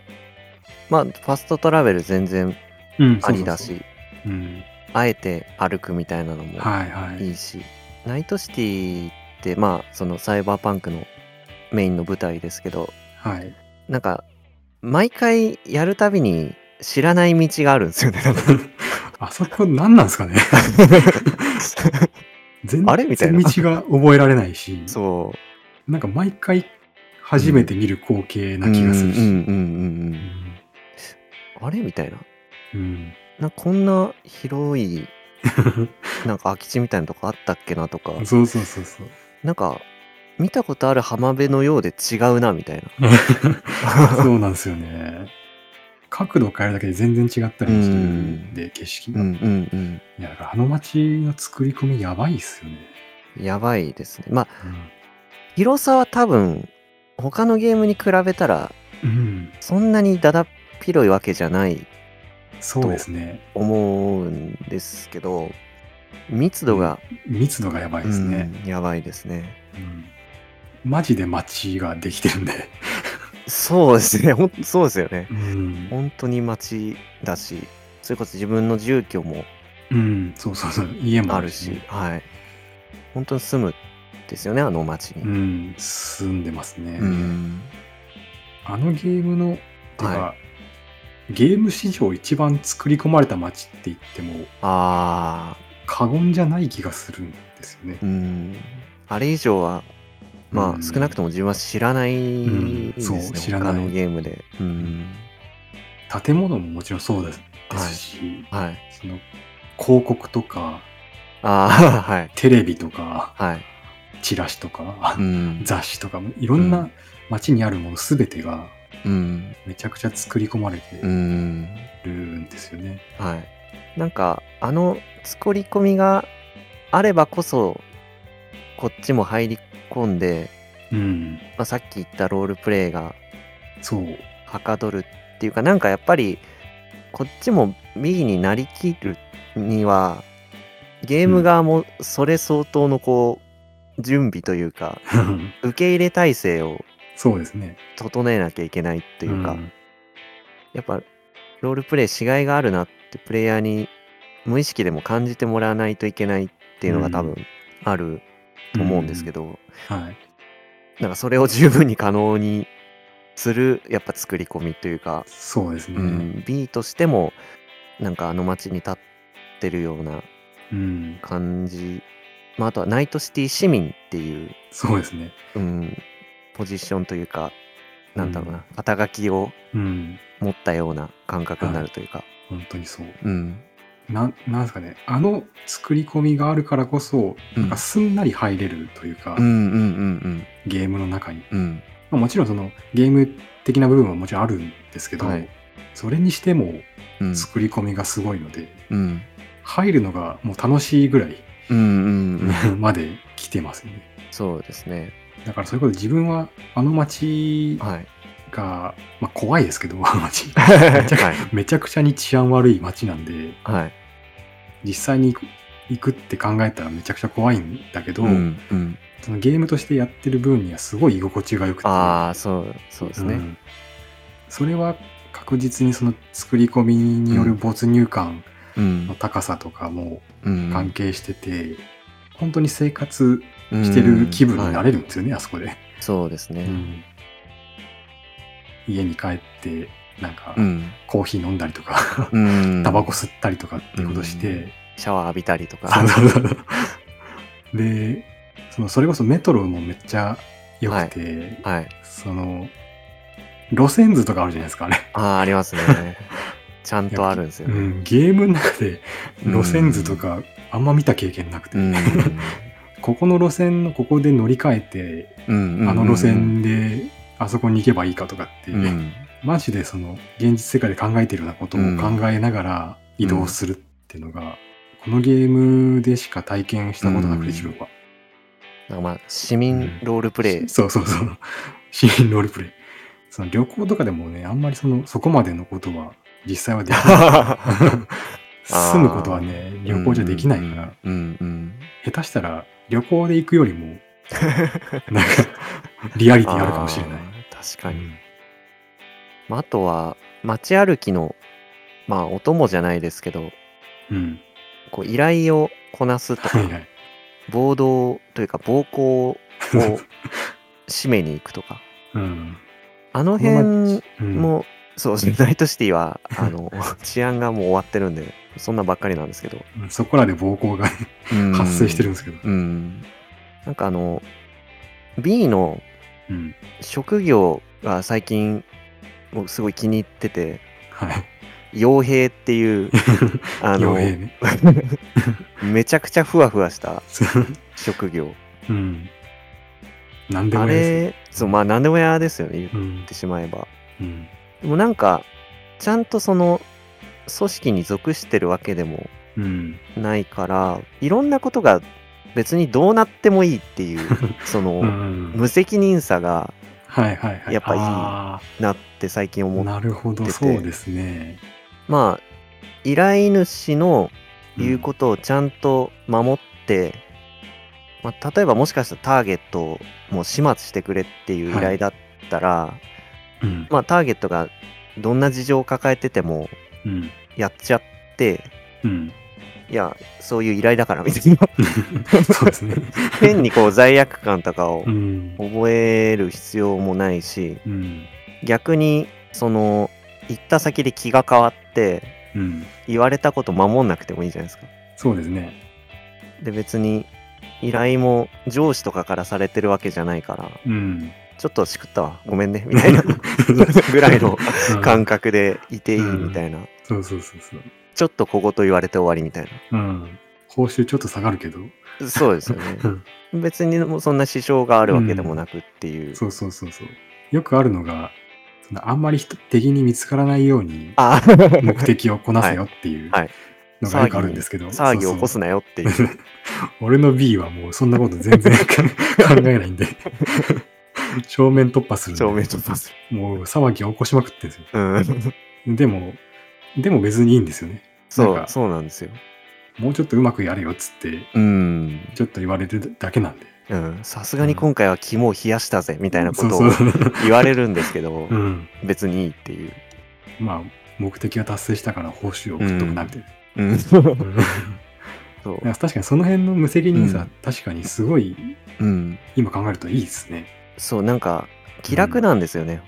Speaker 1: まあファストトラベル全然
Speaker 2: うん
Speaker 1: ありだし。
Speaker 2: うん。
Speaker 1: あえて歩くみたいなのも
Speaker 2: はいはい。
Speaker 1: いいし、ナイトシティってまあそのサイバーパンクのメインの舞台ですけど
Speaker 2: はい。 [LAUGHS]
Speaker 1: なんか毎回やるたびに知らない道があるんですよねなんか
Speaker 2: [LAUGHS] あそこ何なんですかね [LAUGHS] 全
Speaker 1: あれみたいな
Speaker 2: 然道が覚えられないし、
Speaker 1: [LAUGHS] そう
Speaker 2: なんか毎回初めて見る光景な気がするし。
Speaker 1: う
Speaker 2: うん
Speaker 1: うんんうんうんうんあれみたいな
Speaker 2: うん
Speaker 1: なんかこんな広いなんか空き地みたいなとこあったっけなとか
Speaker 2: [LAUGHS] そうそうそ
Speaker 1: [LAUGHS]
Speaker 2: うそう。
Speaker 1: なんか見たことある浜辺のようで違うなみたいな
Speaker 2: [LAUGHS] そうなんですよね。角度を変えるだけで全然違ったりもするんで、景色
Speaker 1: う
Speaker 2: が。
Speaker 1: ん
Speaker 2: い
Speaker 1: うんうん
Speaker 2: や、だからあの街の作り込みやばいっすよね。
Speaker 1: やばいですねまあ
Speaker 2: うん
Speaker 1: 広さは多分他のゲームに比べたら
Speaker 2: うん、
Speaker 1: そんなにだだっ広いわけじゃない
Speaker 2: そうですね。
Speaker 1: 思うんですけど密度が、
Speaker 2: 密度がやばいですね。
Speaker 1: うんやばいですね
Speaker 2: うんマジで街ができてるんで。
Speaker 1: そうですねほんそうですよね
Speaker 2: うん。
Speaker 1: 本当に街だしそれこそ自分の住居も
Speaker 2: うん、そうそうそう。家も
Speaker 1: あ
Speaker 2: あ
Speaker 1: る
Speaker 2: る
Speaker 1: し、
Speaker 2: し。
Speaker 1: はい本当に住むんですよねあの街
Speaker 2: う
Speaker 1: に、
Speaker 2: ん、住んでますね。
Speaker 1: うん
Speaker 2: あのゲームの、てか、ゲーム史上一番作り込まれた街って言っても
Speaker 1: ああ
Speaker 2: 過言じゃない気がするんですよね。
Speaker 1: うんあれ以上はま
Speaker 2: う
Speaker 1: あ
Speaker 2: ん
Speaker 1: 少なくとも自分は知らないんですね、
Speaker 2: うんそう知らない
Speaker 1: 他のゲームで。うん
Speaker 2: 建物ももちろんそうですですし、
Speaker 1: はい。
Speaker 2: その広告とか
Speaker 1: ああ、はい。
Speaker 2: テレビとか
Speaker 1: はい。
Speaker 2: チラシとか
Speaker 1: う、ん。
Speaker 2: 雑誌とかいろん
Speaker 1: う
Speaker 2: なん街にあるもの全てが
Speaker 1: うん。
Speaker 2: めちゃくちゃ作り込まれ
Speaker 1: う
Speaker 2: て
Speaker 1: ん。
Speaker 2: るんですよね。
Speaker 1: はい。なんか、あの作り込みがあればこそ、こっちも入り込んで、
Speaker 2: うん、
Speaker 1: まあ、さっき言ったロールプレイが [LAUGHS]
Speaker 2: そう。
Speaker 1: はかどるっていうか、なんかやっぱり、こっちも B になりきるには、ゲーム側もそれ相当のこう、準備というか、受け入れ体制を
Speaker 2: そうですね。
Speaker 1: 整えなきゃいけないっていうか、
Speaker 2: ん
Speaker 1: やっぱロールプレイしがいがあるなってプレイヤーに無意識でも感じてもらわないといけないっていうのが多分あると思うんですけど、
Speaker 2: はい。
Speaker 1: なんかそれを十分に可能にするやっぱ作り込みというか、
Speaker 2: そうですね。
Speaker 1: う、
Speaker 2: うん。
Speaker 1: B としてもなんかあの街に立ってるようなん感じ、まあ、あとはナイトシティ市民っていう、
Speaker 2: そうですね。
Speaker 1: うん、ポジションというかなんだろうな、
Speaker 2: う
Speaker 1: 肩書きを
Speaker 2: うん。
Speaker 1: 持ったような感覚になるというか、
Speaker 2: 本当にそう。
Speaker 1: うん
Speaker 2: なん、なんですかね。あの作り込みがあるからこそ、
Speaker 1: うん
Speaker 2: なんかすんなり入れるというか、
Speaker 1: うんうんうん
Speaker 2: ゲームの中に。
Speaker 1: うんうん
Speaker 2: まあ、もちろんそのゲーム的な部分はもちろんあるんですけど、
Speaker 1: はい
Speaker 2: それにしても
Speaker 1: うん
Speaker 2: 作り込みがすごいので、
Speaker 1: うん
Speaker 2: 入るのがもう楽しいぐらい
Speaker 1: うんうんうん
Speaker 2: まで来てますよね。
Speaker 1: そうですね
Speaker 2: だからそういうこと自分はあの
Speaker 1: [LAUGHS]
Speaker 2: 街
Speaker 1: はい
Speaker 2: が、まあ、怖いですけど、 [LAUGHS] あの
Speaker 1: [LAUGHS]
Speaker 2: 街。
Speaker 1: はい
Speaker 2: めちゃくちゃに治安悪い街なんで、
Speaker 1: はい
Speaker 2: 実際に行く行くって考えたらめちゃくちゃ怖いんだけど、
Speaker 1: うんうん
Speaker 2: そのゲームとしてやってる分にはすごい居心地が良くて。
Speaker 1: ああそうそうですね、
Speaker 2: うんそれは確実にその作り込みによる没入感
Speaker 1: うん
Speaker 2: の高さとかも
Speaker 1: うん
Speaker 2: 関係してて、本当に生活してる気分になれるんですよね、あそこで、
Speaker 1: うんはいそうですね
Speaker 2: うん家に帰ってなんか
Speaker 1: うん
Speaker 2: コーヒー飲んだりとか、
Speaker 1: うん
Speaker 2: タバコ吸ったりとかってことして、
Speaker 1: シャワー浴びたりとか
Speaker 2: [LAUGHS] そうそうそうでそのそれこそメトロもめっちゃ良くて、
Speaker 1: はい
Speaker 2: その路線図とかあるじゃないですかあれ
Speaker 1: ああありますね
Speaker 2: [LAUGHS]
Speaker 1: ちゃんとあるんですよ
Speaker 2: う
Speaker 1: ね
Speaker 2: ん、ゲームの中で路線図とかあんま見た経験なくて、
Speaker 1: うん
Speaker 2: ここの路線のここで乗り換えて、
Speaker 1: うんうん
Speaker 2: あの路線であそこに行けばいいかとかって、
Speaker 1: うん
Speaker 2: マジでその現実世界で考えてるようなことを考えながら移動するっていうのが、このゲームでしか体験したことなく
Speaker 1: うん
Speaker 2: て自分は、
Speaker 1: なんかまあ市民ロールプレイ
Speaker 2: そうそうそう市民ロールプレイその旅行とかでもねあんまりそのそこまでのことは実際はできな
Speaker 1: [LAUGHS]
Speaker 2: い住むことはね [LAUGHS] 旅行じゃできないから、
Speaker 1: うんうん
Speaker 2: 下手したら旅行で行くよ
Speaker 1: [LAUGHS]
Speaker 2: りもなんかリアリティあるかもしれない。
Speaker 1: あー確かにまああとは街歩きのまあお供じゃないですけど
Speaker 2: うん、うん
Speaker 1: こう依頼をこなすと
Speaker 2: は
Speaker 1: か
Speaker 2: いはい。
Speaker 1: 暴動というか暴行
Speaker 2: [LAUGHS]
Speaker 1: を締めに行くとか
Speaker 2: うん、
Speaker 1: あの
Speaker 2: この
Speaker 1: 辺
Speaker 2: 街うん
Speaker 1: もうそうですねナイトシティ
Speaker 2: [LAUGHS]
Speaker 1: はあの治安がもう終わってるんでそんなばっかりなんですけど
Speaker 2: そこらで暴行が発生してるんですけど、
Speaker 1: うんなんかあの B の
Speaker 2: うん、
Speaker 1: 職業が最近僕すごい気に入ってて
Speaker 2: はい。
Speaker 1: 傭兵って
Speaker 2: [LAUGHS]
Speaker 1: いうあの
Speaker 2: 傭兵ね。 [LAUGHS]
Speaker 1: めちゃくちゃふわふわした職業
Speaker 2: うん。なんでも
Speaker 1: あ
Speaker 2: やですね。
Speaker 1: れそうまあ何でもやですよね言っ
Speaker 2: うん
Speaker 1: てしまえば
Speaker 2: うん
Speaker 1: でもなんかちゃんとその組織に属してるわけでも
Speaker 2: うん
Speaker 1: ないからいろんなことが別にどうなってもいいって
Speaker 2: [LAUGHS]
Speaker 1: いうその、
Speaker 2: うん
Speaker 1: 無責任さが
Speaker 2: はいはいはい。
Speaker 1: やっぱいい
Speaker 2: あ
Speaker 1: なって最近
Speaker 2: ー
Speaker 1: 思う
Speaker 2: なるほど、そうですね。
Speaker 1: まあ依頼主の言う
Speaker 2: と、
Speaker 1: ことをちゃんと守って、まあ、例えばもしかしたらターゲットをもう始末してくれっていう依
Speaker 2: は
Speaker 1: 頼
Speaker 2: い
Speaker 1: だったら、
Speaker 2: うん
Speaker 1: まあターゲットがどんな事情を抱えてても
Speaker 2: うん
Speaker 1: やっちゃって
Speaker 2: うん、 [LAUGHS]
Speaker 1: いやそういう依頼だからみたいな
Speaker 2: そうですね。
Speaker 1: 変にこう罪悪感とかを
Speaker 2: うん
Speaker 1: 覚える必要もないし
Speaker 2: うん
Speaker 1: 逆にその行った先で気が変わって
Speaker 2: うん、
Speaker 1: 言われたこと守んなくてもいいじゃないですか。
Speaker 2: そうですね。
Speaker 1: で別に依頼も上司とかからされてるわけじゃないから
Speaker 2: うん、
Speaker 1: ちょっとしくったわごめんねみたいな [LAUGHS] ぐらいの
Speaker 2: うん
Speaker 1: 感覚でいていいみたいな、
Speaker 2: そうそうそうそう。
Speaker 1: ちょっと小言言われて終わりみたい
Speaker 2: うん。報酬ちょっと下がるけど。
Speaker 1: なそうですよね別にもうそんな支障があるわけでもなくっていう、
Speaker 2: そうそうそうそう。よくあるのが、そのあんまり人敵に見つからないように
Speaker 1: あ
Speaker 2: 目的をこなせよっていう
Speaker 1: はいはい
Speaker 2: のがよくあるんですけど。
Speaker 1: 騒ぎを起こす
Speaker 2: な。
Speaker 1: なよっていう
Speaker 2: 俺の B はもうそんなこと全然考えな
Speaker 1: [LAUGHS]
Speaker 2: いんで。正面突破するんで
Speaker 1: 正面突破す
Speaker 2: もう騒ぎを起こしまくってるんですよ。
Speaker 1: る、うん、
Speaker 2: でも、でも別にいいんですよね。
Speaker 1: そ
Speaker 2: なん
Speaker 1: う
Speaker 2: か
Speaker 1: そうなんですよ
Speaker 2: もうちょっとうまくやれよっつって、
Speaker 1: うん
Speaker 2: ちょっと言われるだけなんで。
Speaker 1: うんさすがに今回は肝を冷やしたぜみたいなことを
Speaker 2: そうそう。
Speaker 1: 言われるんですけど
Speaker 2: うん。
Speaker 1: 別にいいっていう、
Speaker 2: まあ、目的が達成したから報酬を送っとくなみたいな。
Speaker 1: うん、そう
Speaker 2: いや確かにその辺の無責任さ、
Speaker 1: うん
Speaker 2: 確かにすごい
Speaker 1: うん、
Speaker 2: 今考えるといいですね。
Speaker 1: そうなんか気楽なんですよね、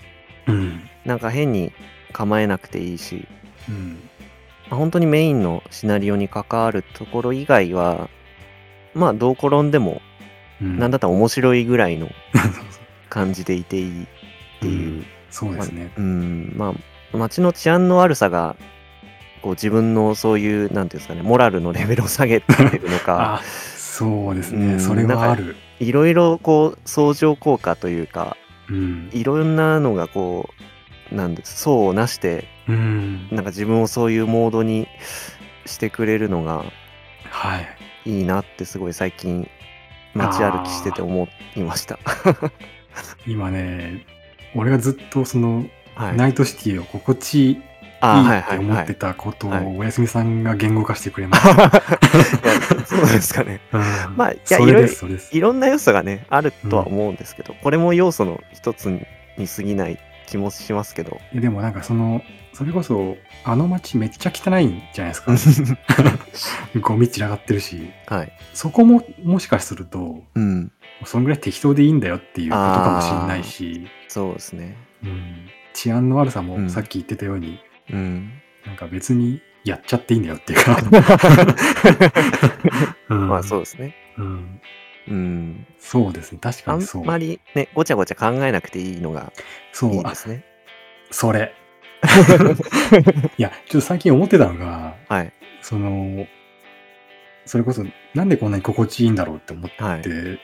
Speaker 2: うん。
Speaker 1: なんか変に構えなくていいし、
Speaker 2: うん。
Speaker 1: まあ本当にメインのシナリオに関わるところ以外は、まあどう転んでも、
Speaker 2: うん、
Speaker 1: なんだったら面白いぐらい
Speaker 2: [LAUGHS]
Speaker 1: の
Speaker 2: そうそう
Speaker 1: 感じでいていいっていう。
Speaker 2: そうですね。
Speaker 1: うん、まあ、街の治安の悪さが、こう自分のそういう、なんていうんですかね、モラルのレベルを下げてるの
Speaker 2: [LAUGHS]
Speaker 1: か、
Speaker 2: あ、そうです
Speaker 1: う
Speaker 2: ね。
Speaker 1: ん
Speaker 2: それはある。
Speaker 1: いろいろこう、相乗効果というか、
Speaker 2: うん。
Speaker 1: いろんなのがこう、なんです、層をなして、
Speaker 2: うん。
Speaker 1: なんか自分をそういうモードにしてくれるのが
Speaker 2: はい。
Speaker 1: いいなってすごい最近、街歩きしてて思いました。
Speaker 2: 今ね、俺がずっとその、
Speaker 1: はい。
Speaker 2: ナイトシティを心地いいっ
Speaker 1: あー、はいは
Speaker 2: て
Speaker 1: い
Speaker 2: 思
Speaker 1: は
Speaker 2: っ
Speaker 1: い。
Speaker 2: てたこと
Speaker 1: はい
Speaker 2: を、おやすみさんが言語化してくれました。
Speaker 1: いやそうですかね。
Speaker 2: うん
Speaker 1: [LAUGHS] まあいや
Speaker 2: それ
Speaker 1: いろいろ
Speaker 2: です、それです。
Speaker 1: いろんな要素がねあるとは思うんですけど、これも要素の一つに過ぎない気もしますけど
Speaker 2: えでもなんかそのそれこそあの街めっちゃ汚いんじゃないですかゴミ散らがってるし
Speaker 1: はい、
Speaker 2: そこももしかすると
Speaker 1: うん、
Speaker 2: そんぐらい適当でいいんだよっていうことかもしれないし、
Speaker 1: そうですね
Speaker 2: うん、治安の悪さ
Speaker 1: う
Speaker 2: も
Speaker 1: ん
Speaker 2: さっき言ってたように、
Speaker 1: うん、
Speaker 2: なんか別にやっちゃっていいんだよって
Speaker 1: [LAUGHS]
Speaker 2: いうか、うん
Speaker 1: まあそうですね
Speaker 2: うん
Speaker 1: うん
Speaker 2: そうですね確
Speaker 1: あ
Speaker 2: か
Speaker 1: ん
Speaker 2: にそう
Speaker 1: まりねごちゃごちゃ考えなくていいのが
Speaker 2: そ
Speaker 1: い
Speaker 2: う
Speaker 1: い
Speaker 2: あ
Speaker 1: です [LAUGHS] ね
Speaker 2: それいやちょっと最近思ってたのが
Speaker 1: はい
Speaker 2: そのそれこそなんでこんなに心地いいんだろうって思って、
Speaker 1: はい
Speaker 2: で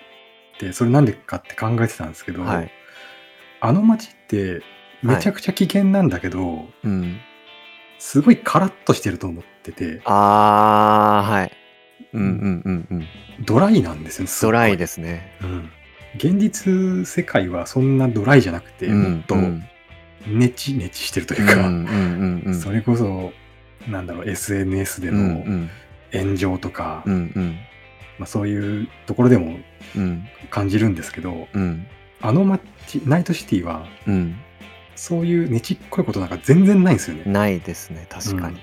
Speaker 2: それなんでかって考えてたんですけど、
Speaker 1: はい
Speaker 2: あの街ってめちゃくちゃ危険なんだけど、
Speaker 1: うん
Speaker 2: すごいカラッとしてると思ってて
Speaker 1: あーはいうんうんうんうん
Speaker 2: ドライなんですよねす
Speaker 1: ド
Speaker 2: ごい
Speaker 1: ライですね
Speaker 2: うん、現実世界はそんなドライじゃなくて、
Speaker 1: うん
Speaker 2: もっと
Speaker 1: うん
Speaker 2: ネチネチしてると
Speaker 1: う
Speaker 2: い
Speaker 1: ん
Speaker 2: う
Speaker 1: う
Speaker 2: か、
Speaker 1: んうんうん
Speaker 2: それこそなんだろう SNS で
Speaker 1: うんうん
Speaker 2: の炎上とか、
Speaker 1: うんうん
Speaker 2: まあ、そういうところでも
Speaker 1: うん
Speaker 2: 感じるんですけど、
Speaker 1: うん
Speaker 2: あの街、ナイトシティは、
Speaker 1: うん
Speaker 2: そういうねちっこいことなんか全然ないんですよね。
Speaker 1: ないですね確かに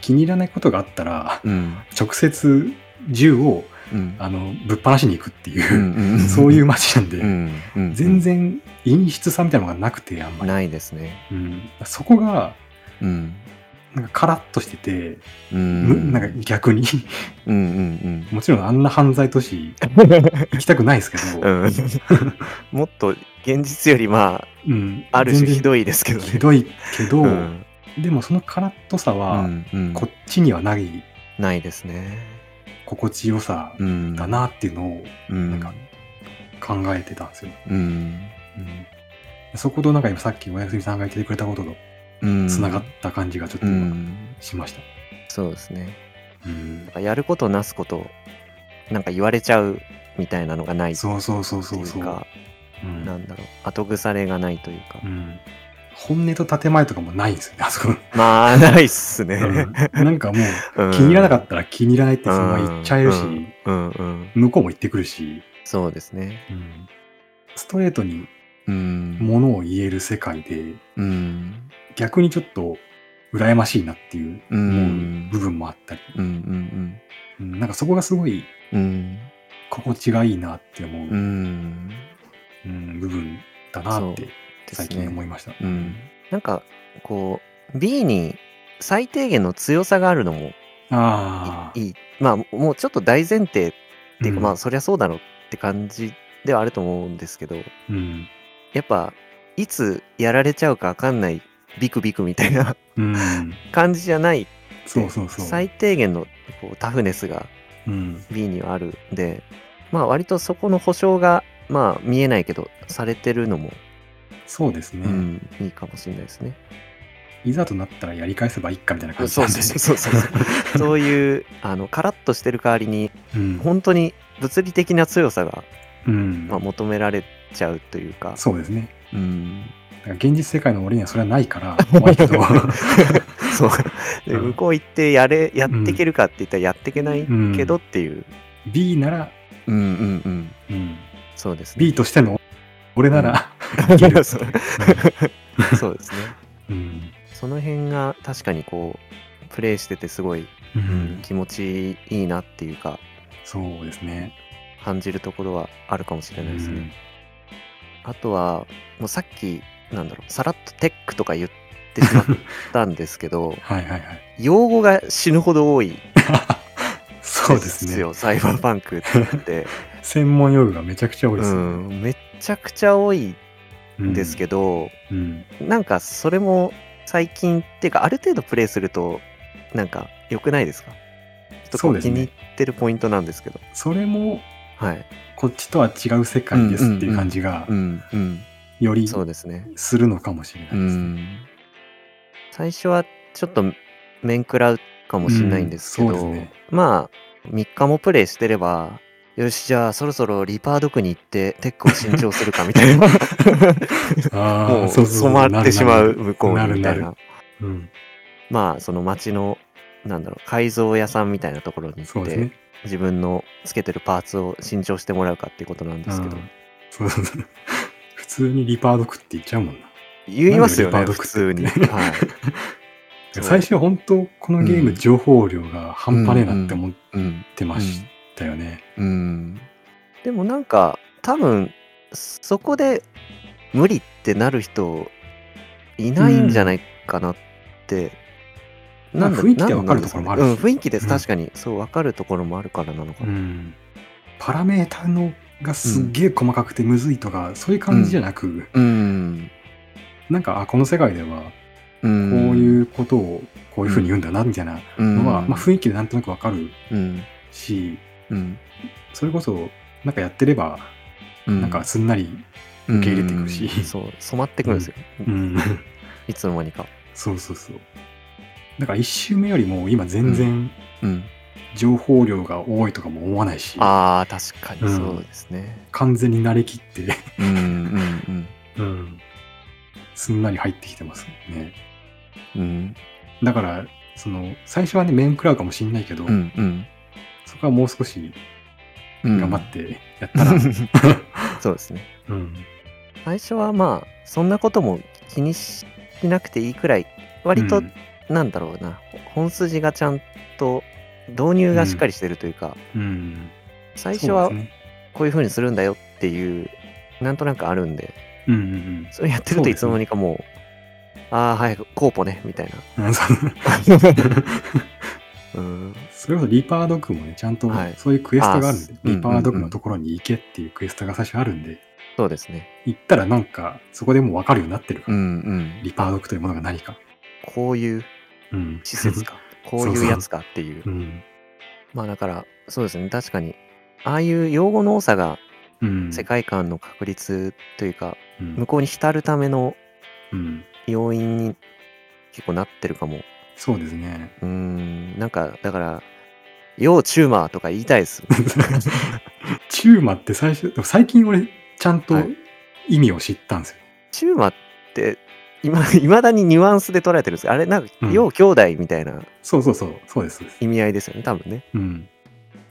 Speaker 2: 気に入らないことがあったら、
Speaker 1: うん
Speaker 2: 直接銃を
Speaker 1: うん
Speaker 2: あのぶっ放しに行くっていうう、
Speaker 1: んうんうん
Speaker 2: そういう街なんで、
Speaker 1: うんうん
Speaker 2: 全然陰湿さみたいなのがなくて、あんまり。
Speaker 1: ないですね。
Speaker 2: うんそこが、
Speaker 1: うん。
Speaker 2: なんかカラッとしてて、
Speaker 1: う
Speaker 2: む
Speaker 1: ん。
Speaker 2: なんか逆に、
Speaker 1: うんうん
Speaker 2: もちろんあんな犯罪都市
Speaker 1: [LAUGHS]
Speaker 2: 行きたくないですけど、
Speaker 1: うん。 [LAUGHS] うん。もっと現実よりま
Speaker 2: うん
Speaker 1: あ、ある種ひ
Speaker 2: い
Speaker 1: どいですけどね。
Speaker 2: ひどいけど、
Speaker 1: うん
Speaker 2: でもそのカラッとさは、
Speaker 1: うんうん
Speaker 2: こっちにはない
Speaker 1: ないですね。
Speaker 2: 心地よさ
Speaker 1: うん。
Speaker 2: だ。なっていうのを
Speaker 1: うん。
Speaker 2: なんか考えてたんですよ、
Speaker 1: うん。
Speaker 2: うんそことなんか今さっきおやすみさんが言ってくれたことと
Speaker 1: うん。
Speaker 2: つながった感じがちょっと
Speaker 1: う
Speaker 2: 今
Speaker 1: ん。
Speaker 2: しました、
Speaker 1: そうですね。
Speaker 2: うん
Speaker 1: なんかやることなすこと、なんか言われちゃうみたいなのがないってい
Speaker 2: そうそうそうそうそうう
Speaker 1: か、
Speaker 2: うん
Speaker 1: なんだろう、後腐れがないというか
Speaker 2: う。ん本音と建前とかもないんですよねあそこ、
Speaker 1: まあ、 [LAUGHS] ないっすね。
Speaker 2: うんなんかもう
Speaker 1: うん
Speaker 2: 気に入らなかったら気に入らないってそのまま言っちゃえるし、
Speaker 1: うんうんうん。
Speaker 2: 向こうも言ってくるし、
Speaker 1: そうですね。
Speaker 2: うんストレートに
Speaker 1: うん。
Speaker 2: ものを言える世界で
Speaker 1: うん。
Speaker 2: 逆にちょっと羨ましいなっていう
Speaker 1: う。
Speaker 2: 思うん部分もあったり、
Speaker 1: うんうん
Speaker 2: うんなんかそこがすごい
Speaker 1: うん。うん。
Speaker 2: 心地がいいなって思う、
Speaker 1: うん。
Speaker 2: うん部分だなって最近思いました。
Speaker 1: うん。なんか、こう、B に最低限の強さがあるのも
Speaker 2: ああ。
Speaker 1: いいい。まあ、もうちょっと大前提っていうか、まあ、そりゃそうだろうって感じではあると思うんですけど、
Speaker 2: うん。
Speaker 1: やっぱ、いつやられちゃうかわかんないビクビクみたいな
Speaker 2: うん。
Speaker 1: 感じじゃない、
Speaker 2: そうそうそう。
Speaker 1: 最低限のこうタフネスが
Speaker 2: うん。
Speaker 1: B にはあるんで、まあ、割とそこの保証が、まあ、見えないけど、されてるのも
Speaker 2: そうですね、
Speaker 1: うん、いいかもしれないですね。
Speaker 2: いざとなったらやり返せばいいかみたいな感じ
Speaker 1: そ
Speaker 2: な
Speaker 1: うんそう
Speaker 2: で
Speaker 1: そうそうそう。そういう、あの、カラッとしてる代わりに、
Speaker 2: うん。
Speaker 1: 本当に物理的な強さが、
Speaker 2: うん
Speaker 1: まあ、求められちゃうというか、
Speaker 2: そうですね。
Speaker 1: うん、
Speaker 2: だから現実世界の俺にはそれはないから怖いけど、
Speaker 1: [LAUGHS] そう。で向こう行ってやれ、やっていけるかって言ったらやっていけない
Speaker 2: うん
Speaker 1: けどっていう。
Speaker 2: B なら、
Speaker 1: うんうんうん。
Speaker 2: うん、
Speaker 1: そうですね。
Speaker 2: B としての俺なら、いけ
Speaker 1: [LAUGHS] そ
Speaker 2: る
Speaker 1: うそうですね。
Speaker 2: うん。
Speaker 1: その辺が確かにこう、プレイしててすごい
Speaker 2: うん。
Speaker 1: 気持ちいいなっていうか、
Speaker 2: そうですね。
Speaker 1: 感じるところはあるかもしれ
Speaker 2: う
Speaker 1: ないですね。
Speaker 2: ん、
Speaker 1: あとは、もうさっきなんだろう、さらっとテックとか言ってしまったんですけど [LAUGHS]
Speaker 2: はいはいはい。
Speaker 1: 用語が死ぬほど多いで
Speaker 2: そうです
Speaker 1: す
Speaker 2: ね。
Speaker 1: よ、サイバーパンク
Speaker 2: [LAUGHS]
Speaker 1: って。
Speaker 2: 専門用語がめちゃくちゃ多いです
Speaker 1: う
Speaker 2: よね。
Speaker 1: ん、めっちゃくちゃ多い
Speaker 2: うん
Speaker 1: んですけど、
Speaker 2: ど。うん。
Speaker 1: なんかそれも最近っていうか、ある程度プレイすると、なんか良くないですかち
Speaker 2: そ
Speaker 1: ょ
Speaker 2: う
Speaker 1: っと気
Speaker 2: です
Speaker 1: に入
Speaker 2: ね。
Speaker 1: ってるポイントなんですけど。
Speaker 2: それも、
Speaker 1: はい。
Speaker 2: こっちとは違う世界ですっていう感じが
Speaker 1: う、ん、うん。
Speaker 2: より
Speaker 1: そうですね。
Speaker 2: するのかもしれな
Speaker 1: う
Speaker 2: いですね。
Speaker 1: ん。最初はちょっと面食らうかもしれないんですけど、
Speaker 2: うんそうですね
Speaker 1: まあ、3日もプレイしてれば、よし、じゃあそろそろリパード区に行ってテックを新調するかみたい
Speaker 2: [LAUGHS]
Speaker 1: な、
Speaker 2: あー
Speaker 1: もう染まってしまう。向こうにみた
Speaker 2: ないる
Speaker 1: な。
Speaker 2: なそうそうそうなるなるうん。
Speaker 1: まあ、その街の、なんだろう、改造屋さんみたいなところに行
Speaker 2: そう
Speaker 1: っ
Speaker 2: で
Speaker 1: て、
Speaker 2: すね。
Speaker 1: 自分のつけてるパーツを新調してもらうかっていうことなんですけど
Speaker 2: う、んそうそうそう。普通にリパードクって言っちゃうもんな。
Speaker 1: 言いますよ
Speaker 2: な
Speaker 1: ね、
Speaker 2: んでリパ
Speaker 1: 普
Speaker 2: ー
Speaker 1: 通
Speaker 2: ド区
Speaker 1: に。
Speaker 2: って [LAUGHS]
Speaker 1: はい。そう
Speaker 2: 最初本当このゲー
Speaker 1: う
Speaker 2: ム
Speaker 1: ん
Speaker 2: 情報量が半端ねえなって思っ
Speaker 1: うん。
Speaker 2: てましたよね。
Speaker 1: うん。でもなんか、多分、そこで無理ってなる人いないんじゃないかなって。
Speaker 2: まあ
Speaker 1: だ
Speaker 2: 雰囲気でわかるところもあるし
Speaker 1: なんですかねうん、雰囲気です。
Speaker 2: うん
Speaker 1: 確かに。そう、わかるところもあるからなのか
Speaker 2: う
Speaker 1: な。
Speaker 2: んパラメータのがすっげえ細かくてむずいとか、そういう感じじゃなく、
Speaker 1: うん。
Speaker 2: なんかあこの世界では
Speaker 1: う。
Speaker 2: こうんいうことをこういうふうに言うんだなみたいなのは、
Speaker 1: うん
Speaker 2: まあ、雰囲気でなんとなくわかる
Speaker 1: うん。
Speaker 2: し
Speaker 1: うん。
Speaker 2: それこそなんかやってれば
Speaker 1: うん
Speaker 2: なんかすんなり、受け入れてくるし
Speaker 1: うんそう、染まってくるんですよ。 [LAUGHS]
Speaker 2: うん、
Speaker 1: いつの間にか。
Speaker 2: そうそうそうだから1周目よりも今全然
Speaker 1: うん。
Speaker 2: 情報量が多いとかも思わないし、
Speaker 1: ああ、確かにそうですね。
Speaker 2: 完全に慣れきって
Speaker 1: うん、うん、
Speaker 2: うん、すんなり入ってきてますね。
Speaker 1: うん。うん、
Speaker 2: だから、その、最初はね、面食らうかもしんないけど、
Speaker 1: うん、うん。
Speaker 2: そこはもう少し
Speaker 1: うん
Speaker 2: 頑張ってやったら、
Speaker 1: [LAUGHS] そうですね。
Speaker 2: うん、
Speaker 1: 最初はまあ、そんなことも気にしなくていいくらい、割と、
Speaker 2: うん
Speaker 1: なんだろうな、本筋がちゃんと、導入がしっかりしてるというか、
Speaker 2: うん、
Speaker 1: 最初は
Speaker 2: そうですね
Speaker 1: こういう風にするんだよっていう、なんとなくあるんで、
Speaker 2: うんうん
Speaker 1: それやってるといつの間にかもう、ああ、はい、コーポね、みたい [LAUGHS] な。
Speaker 2: うん。 [LAUGHS] そ
Speaker 1: うん、
Speaker 2: それこそリパードクもね、ちゃんと
Speaker 1: はい
Speaker 2: そういうクエストがあるんで、
Speaker 1: あー
Speaker 2: リパードクのところに行けっていうクエストが最初あるんで、
Speaker 1: そうですね。
Speaker 2: 行ったらなんか、そこでもう分かるようになってるか
Speaker 1: う
Speaker 2: ら、
Speaker 1: んうん。
Speaker 2: リパードクというものが何か。
Speaker 1: こういう
Speaker 2: うん。
Speaker 1: 施設か、こう
Speaker 2: そう
Speaker 1: い
Speaker 2: そうう
Speaker 1: やつかっていう
Speaker 2: う。ん。
Speaker 1: まあだから、そうですね、確かに、ああいう用語の多さが
Speaker 2: うん。
Speaker 1: 世界観の確立というか、
Speaker 2: うん
Speaker 1: 向こうに浸るための
Speaker 2: うん。
Speaker 1: 要因に結構なってるかも。
Speaker 2: そうですね。
Speaker 1: うーん、なんか、だから、要チューマーとか言いたい [LAUGHS] です。
Speaker 2: チューマって最初、でも最近俺、ちゃんと
Speaker 1: はい
Speaker 2: 意味を知ったんですよ。
Speaker 1: チューマーって、今、いまだにニュアンスで捉えてるんですあれ、なんか
Speaker 2: う、ん
Speaker 1: 要兄弟みたいな
Speaker 2: そうそうそう、そうです。そうです
Speaker 1: 意味合いですよね、多分ね。
Speaker 2: うん。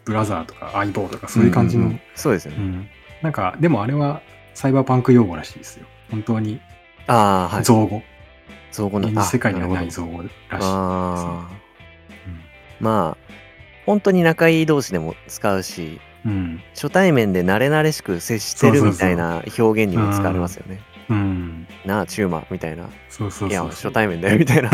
Speaker 2: ブラザーとか相棒とかそういう感じの。
Speaker 1: んんんそうですよ
Speaker 2: う
Speaker 1: ね。
Speaker 2: んなんか、でもあれはサイバーパンク用語らしいですよ。本当に
Speaker 1: ああ、はい。
Speaker 2: 造語。
Speaker 1: 造語
Speaker 2: 現
Speaker 1: の
Speaker 2: 実世界にはな
Speaker 1: る
Speaker 2: い
Speaker 1: ほど
Speaker 2: 造語らしい。
Speaker 1: ああ。まあ、本当に仲いい同士でも使うし、
Speaker 2: うん。うん
Speaker 1: 初対面で慣れ慣れしく接してる
Speaker 2: そうそうそう
Speaker 1: みたいな表現にも使われますよね。
Speaker 2: うん。
Speaker 1: なあ、チューマみたいな。
Speaker 2: そうそうそう。
Speaker 1: いや、初対面だよみ
Speaker 2: [LAUGHS]
Speaker 1: たいな。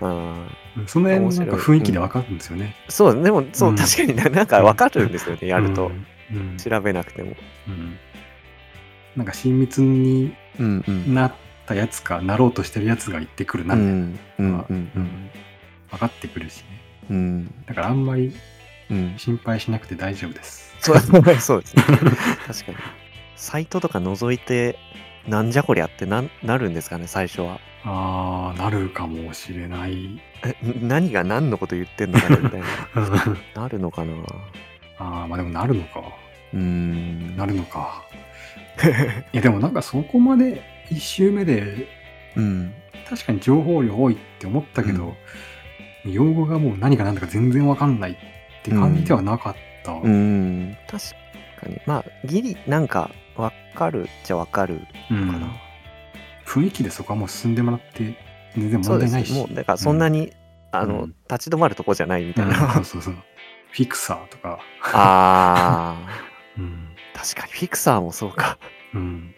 Speaker 1: うん
Speaker 2: うんその辺もなんか
Speaker 1: 面白い
Speaker 2: 雰囲気でわかるんですよね。
Speaker 1: そう、でも、そう、
Speaker 2: うん
Speaker 1: 確かにななんかわかるんですよね、やると
Speaker 2: う。ん。うん
Speaker 1: 調べなくても。
Speaker 2: うんなんか親密に
Speaker 1: うんうん。
Speaker 2: なったやつか、なろうとしてるやつが言ってくるな
Speaker 1: う
Speaker 2: みたいな。
Speaker 1: んうんうん
Speaker 2: 分かってくるしね。
Speaker 1: うん
Speaker 2: だからあんまり
Speaker 1: うん。
Speaker 2: 心配しなくて大丈夫です。
Speaker 1: そう [LAUGHS] そうですね。確かに。サイトとか覗いて、なんじゃこりゃってななるんですかね、最初は。
Speaker 2: ああ、なるかもしれ [LAUGHS] ない。
Speaker 1: え何が何のこと言ってんのかなみたいな。 [LAUGHS]
Speaker 2: あ
Speaker 1: なるのかな
Speaker 2: あ、まあでもなるのか。
Speaker 1: うーん。
Speaker 2: なるの [LAUGHS] か。いやでもなんかそこまで1周目で
Speaker 1: うん。
Speaker 2: 確かに情報量多いって思ったけど、用語がもう何か何だか全然わかんないって感じではなかった。
Speaker 1: うーん。確かに。まあ、ギリ、なんか、わかるっちゃわかる
Speaker 2: うん
Speaker 1: かな。
Speaker 2: 雰囲気でそこはもう進んでもらって全然
Speaker 1: そう
Speaker 2: 問
Speaker 1: で
Speaker 2: 題
Speaker 1: す
Speaker 2: な
Speaker 1: ね
Speaker 2: いし。
Speaker 1: もう、だからそんなに、あの、
Speaker 2: うん
Speaker 1: 立ち止まるとこじゃないみたい
Speaker 2: うん
Speaker 1: な。
Speaker 2: そうそうそう。フィクサーとか。
Speaker 1: ああ。
Speaker 2: うん
Speaker 1: 確かに、フィクサーもそうか。
Speaker 2: うん。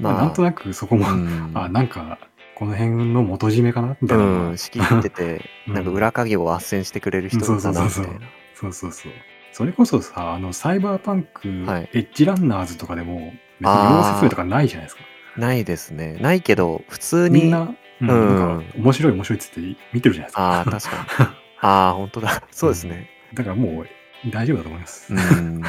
Speaker 2: まあ、なんとなくそこも、
Speaker 1: うん
Speaker 2: あ、なんか、この辺の元締めかなみたいな。
Speaker 1: うん、仕切ってて、
Speaker 2: [LAUGHS] うん
Speaker 1: なんか裏影を斡旋してくれる人だな、みた
Speaker 2: そうそうそう
Speaker 1: い
Speaker 2: そう
Speaker 1: な。
Speaker 2: そうそうそう。それこそさ、あの、サイバーパンク、
Speaker 1: はい
Speaker 2: エッジランナーズとかでも、別に要説明とかないじゃないですか。
Speaker 1: ないですね。ないけど、普通に。
Speaker 2: みんな、うん
Speaker 1: うん
Speaker 2: なんか、面白い面白いっつって見てるじゃないです
Speaker 1: あ
Speaker 2: か。
Speaker 1: あ、確
Speaker 2: [LAUGHS]
Speaker 1: かに。ああ、本当だ。そうですね。
Speaker 2: だからもう、大丈夫だと思います。
Speaker 1: うん。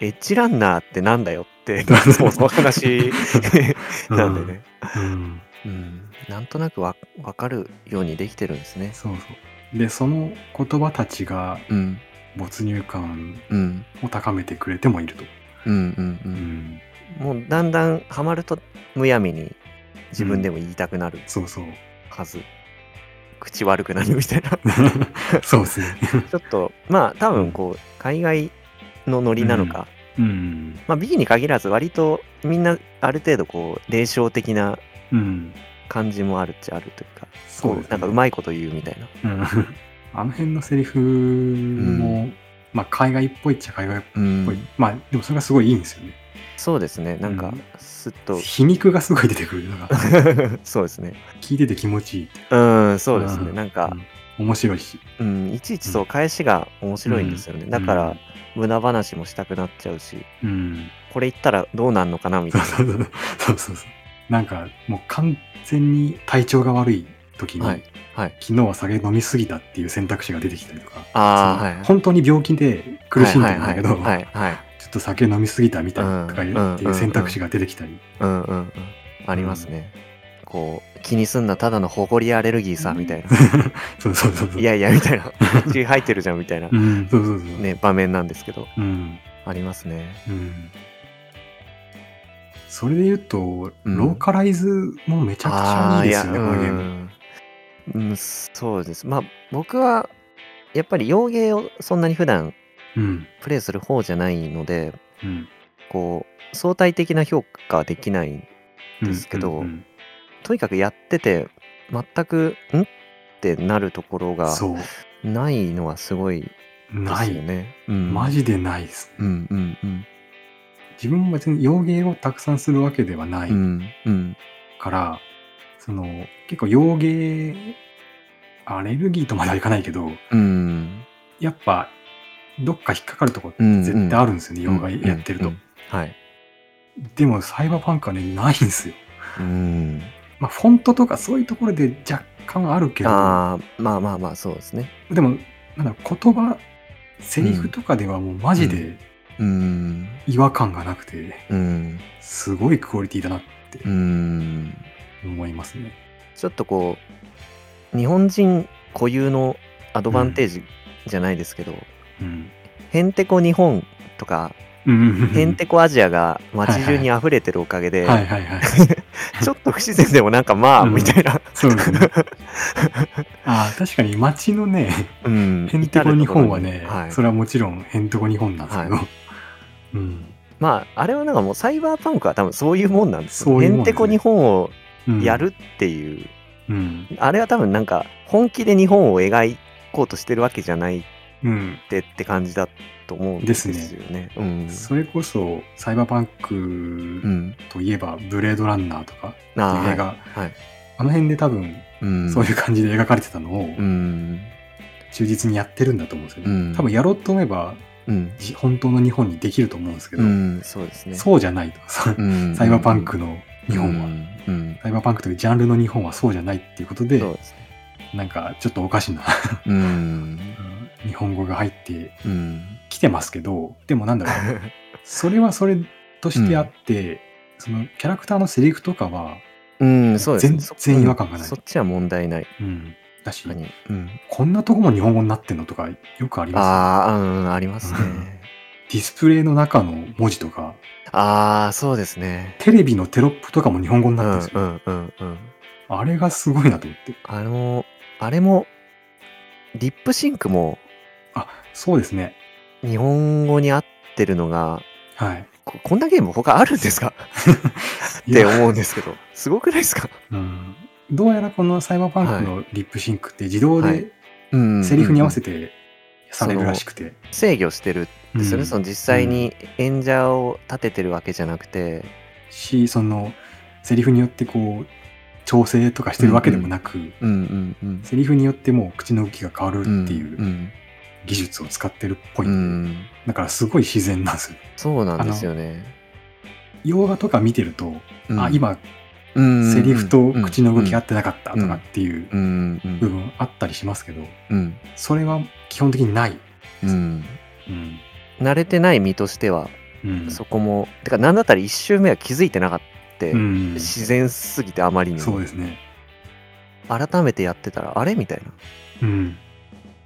Speaker 1: エッジランナーってなんだよ
Speaker 2: [LAUGHS]
Speaker 1: って、
Speaker 2: うん
Speaker 1: そもそも
Speaker 2: [LAUGHS]
Speaker 1: 話 [LAUGHS] なんでね。
Speaker 2: うん。
Speaker 1: うん。なんとなくわわかるようにできてるんですね。
Speaker 2: そうそう。で、その言葉たちが
Speaker 1: うん。
Speaker 2: 没入感
Speaker 1: うん。
Speaker 2: を高めてくれてもいると。
Speaker 1: うんうんう。
Speaker 2: うんん。
Speaker 1: もうだんだんハマるとむやみに自分でも言いたくなる
Speaker 2: そうそう。 [LAUGHS]
Speaker 1: はず。口悪くなるみたいな。
Speaker 2: そうですね。
Speaker 1: ちょっと、まあ多分こう、海外のノリなのか、
Speaker 2: うん。
Speaker 1: まあ、ビギに限らず割とみんなある程度こう霊障的な
Speaker 2: うん。
Speaker 1: 感じもあるっちゃあるというか
Speaker 2: そうです、ね。
Speaker 1: なんかうまいこと言うみたいな
Speaker 2: うん [LAUGHS] あの辺のセリフも、まあ海外っぽいっちゃ海外っぽい、まあでもそれがすごいいいんですよね
Speaker 1: そうですねなん
Speaker 2: う
Speaker 1: か
Speaker 2: ん
Speaker 1: すっと、
Speaker 2: 皮肉がすごい出てくるの
Speaker 1: [LAUGHS]
Speaker 2: が
Speaker 1: そうですね
Speaker 2: 聞いてて気持ちいい、
Speaker 1: うんそうですねなん
Speaker 2: う
Speaker 1: か、
Speaker 2: ん面白いし
Speaker 1: うん、いちいちそう返しが面白いんですよね、だから無駄話もしたくなっちゃうし
Speaker 2: うん
Speaker 1: これ言ったらどうなんのかなみた
Speaker 2: そ
Speaker 1: いう
Speaker 2: [LAUGHS]
Speaker 1: な
Speaker 2: そうそうそうそうそうなんかもう完全に体調が悪い時に、
Speaker 1: はいはい
Speaker 2: 昨日は酒飲みすぎたっていう選択肢が出てきたりとか
Speaker 1: ああ
Speaker 2: そ
Speaker 1: は
Speaker 2: の
Speaker 1: い
Speaker 2: 本当に病気で苦しんでるんだけど、
Speaker 1: はいはいはい、はい
Speaker 2: ちょっと酒飲みすぎたみたいとかいう
Speaker 1: うん
Speaker 2: っていう選択肢が出てきたり、
Speaker 1: うんうんうんありますね、こう気にすんなただのほこりアレルギーさみたいな [LAUGHS]
Speaker 2: そうそうそうそう
Speaker 1: いやいやみた
Speaker 2: [LAUGHS]
Speaker 1: いな血入ってるじゃんみたいな
Speaker 2: うんそうそうそう、
Speaker 1: ね場面なんですけど
Speaker 2: うん
Speaker 1: ありますね
Speaker 2: うんそれで言うと、
Speaker 1: うん
Speaker 2: ローカライズもめちゃくちゃいいですよね、
Speaker 1: あ
Speaker 2: このゲ
Speaker 1: ー
Speaker 2: ー
Speaker 1: い
Speaker 2: ム。
Speaker 1: やうん、うんそうですまあ僕はやっぱり洋芸をそんなに普段
Speaker 2: うん。
Speaker 1: プレイする方じゃないので
Speaker 2: うん。
Speaker 1: こう相対的な評価はできない
Speaker 2: うん
Speaker 1: ですけど
Speaker 2: うん
Speaker 1: とにかくやってて全くんってなるところが
Speaker 2: そう。
Speaker 1: ないのはすごいで
Speaker 2: な
Speaker 1: すよ
Speaker 2: い。
Speaker 1: ね。うん
Speaker 2: マジでないです。
Speaker 1: うんうんうん
Speaker 2: 自分も別に洋芸をたくさんするわけではない
Speaker 1: うんうん
Speaker 2: から、その、結構洋芸、アレルギーとまではいかないけど、
Speaker 1: うん
Speaker 2: やっぱ、どっか引っかかるとこって
Speaker 1: うん
Speaker 2: 絶対あるんですよね、洋
Speaker 1: うん
Speaker 2: 芸やってる
Speaker 1: う
Speaker 2: と。
Speaker 1: んうんはい
Speaker 2: でも、サイバーパンクはね、ないんですよ。
Speaker 1: うん
Speaker 2: まあ、フォントとかそういうところで若干あるけど、
Speaker 1: ああまあまあまあそうですね
Speaker 2: でも、なんだろう言葉、セリフとかではもうマジで
Speaker 1: うん
Speaker 2: 違和感がなくて、
Speaker 1: うん
Speaker 2: すごいクオリティだなって
Speaker 1: うん
Speaker 2: 思いますね。
Speaker 1: ちょっとこう日本人固有のアドバンテージじゃないですけど、
Speaker 2: うん。
Speaker 1: へんてこ日本とか、
Speaker 2: うん
Speaker 1: へんてこアジアが街中に溢れてるおかげで、
Speaker 2: はいはいはい。
Speaker 1: ちょっと不自然でもなんかまあ、
Speaker 2: うん
Speaker 1: みたいな、
Speaker 2: そうです
Speaker 1: [LAUGHS]
Speaker 2: ね。ああ、確かに街のね、
Speaker 1: [LAUGHS] うん、
Speaker 2: へんてこ日本は
Speaker 1: 至
Speaker 2: ね、
Speaker 1: る所にはい
Speaker 2: それはもちろんへんてこ日本なんですけど、
Speaker 1: は
Speaker 2: うん。
Speaker 1: まああれはなんかもうサイバーパンクは多分そういうもんなんです
Speaker 2: そういうもん
Speaker 1: へん
Speaker 2: で
Speaker 1: て
Speaker 2: すね
Speaker 1: こ日本を
Speaker 2: うん
Speaker 1: やるっていう、
Speaker 2: うん。
Speaker 1: あれは多分なんか本気で日本を描こうとしてるわけじゃない
Speaker 2: うん。
Speaker 1: ってって感じだと思うんですよね。うん。
Speaker 2: それこそ、サイバーパンク
Speaker 1: ん。
Speaker 2: といえば、ブレードランナーとか、
Speaker 1: ああ、
Speaker 2: 映画、
Speaker 1: いはい
Speaker 2: あの辺で多分、
Speaker 1: うん。
Speaker 2: そういう感じで描かれてたのを、
Speaker 1: うん。
Speaker 2: 忠実にやってるんだと思うんですよね。
Speaker 1: うん
Speaker 2: 多分やろうと思えば
Speaker 1: うん。
Speaker 2: じ本当の日本にできると思うんですけど、
Speaker 1: うん。そうですね。
Speaker 2: そうじゃないと、そう
Speaker 1: うん
Speaker 2: サイバーパンクの日本は、
Speaker 1: うん。うん
Speaker 2: サイバーパンクというジャンルの日本はそうじゃないっていうことで
Speaker 1: そうですね。
Speaker 2: なんかちょっとおかしな
Speaker 1: うん。
Speaker 2: 日本語が入って [LAUGHS]
Speaker 1: うん。
Speaker 2: きてますけどでもなんだろうそれはそれとしてあって、そのキャラクターのセリフとかは、
Speaker 1: うん、そうですね。
Speaker 2: 全然違和感がない
Speaker 1: そっちは問題ない。
Speaker 2: うん、だし
Speaker 1: 確かに。うん。
Speaker 2: こんなとこも日本語になってんのとかよくありま
Speaker 1: ああ、うん、ありますね。
Speaker 2: すディスプレイの中の文字とか
Speaker 1: ああ、そうですね。
Speaker 2: テレビのテロップとかも日本語に
Speaker 1: う
Speaker 2: なってる
Speaker 1: ん
Speaker 2: んです
Speaker 1: う
Speaker 2: よ、
Speaker 1: んうんうん。
Speaker 2: あれがすごいなと思って
Speaker 1: あの、あれも、リップシンクも
Speaker 2: あそうですね
Speaker 1: 日本語に合ってるのが、
Speaker 2: はい
Speaker 1: ここんなゲーム他あるんですかっ
Speaker 2: い
Speaker 1: て
Speaker 2: や
Speaker 1: 思うんですけど、すごくないですか
Speaker 2: うんどうやらこのサイバーパンクのリップシンクって自動
Speaker 1: はい
Speaker 2: で
Speaker 1: うん
Speaker 2: セリフに合わせ
Speaker 1: て
Speaker 2: てされるらしくて。
Speaker 1: 制御してるんですよね、
Speaker 2: うん
Speaker 1: その実際に演者を立ててるわけじゃなくて、
Speaker 2: し、そのセリフによってこう調整とかしてるわけでもなく、
Speaker 1: うんうん
Speaker 2: セリフによってもう口の動きが変わる
Speaker 1: うん。
Speaker 2: ってい
Speaker 1: うん
Speaker 2: う技術を使ってるっぽい、
Speaker 1: うんうん
Speaker 2: だからすごい自然なんですよ
Speaker 1: そうなんですよね。
Speaker 2: 洋画とか見てると、
Speaker 1: うん
Speaker 2: あ、今
Speaker 1: うん
Speaker 2: セリフと口の動き合ってなかったとかっていう
Speaker 1: うんう
Speaker 2: 部
Speaker 1: ん
Speaker 2: 分あったりしますけど
Speaker 1: うん
Speaker 2: それは基本的にない、
Speaker 1: うん。
Speaker 2: うん
Speaker 1: 慣れてない身としては、
Speaker 2: うん
Speaker 1: そこも、てか、なんだったら一周目は気づいてなかった。
Speaker 2: うん、
Speaker 1: 自然すぎてあまりに
Speaker 2: そう
Speaker 1: も
Speaker 2: ですね、
Speaker 1: 改めてやってたらあれみたいな
Speaker 2: うん、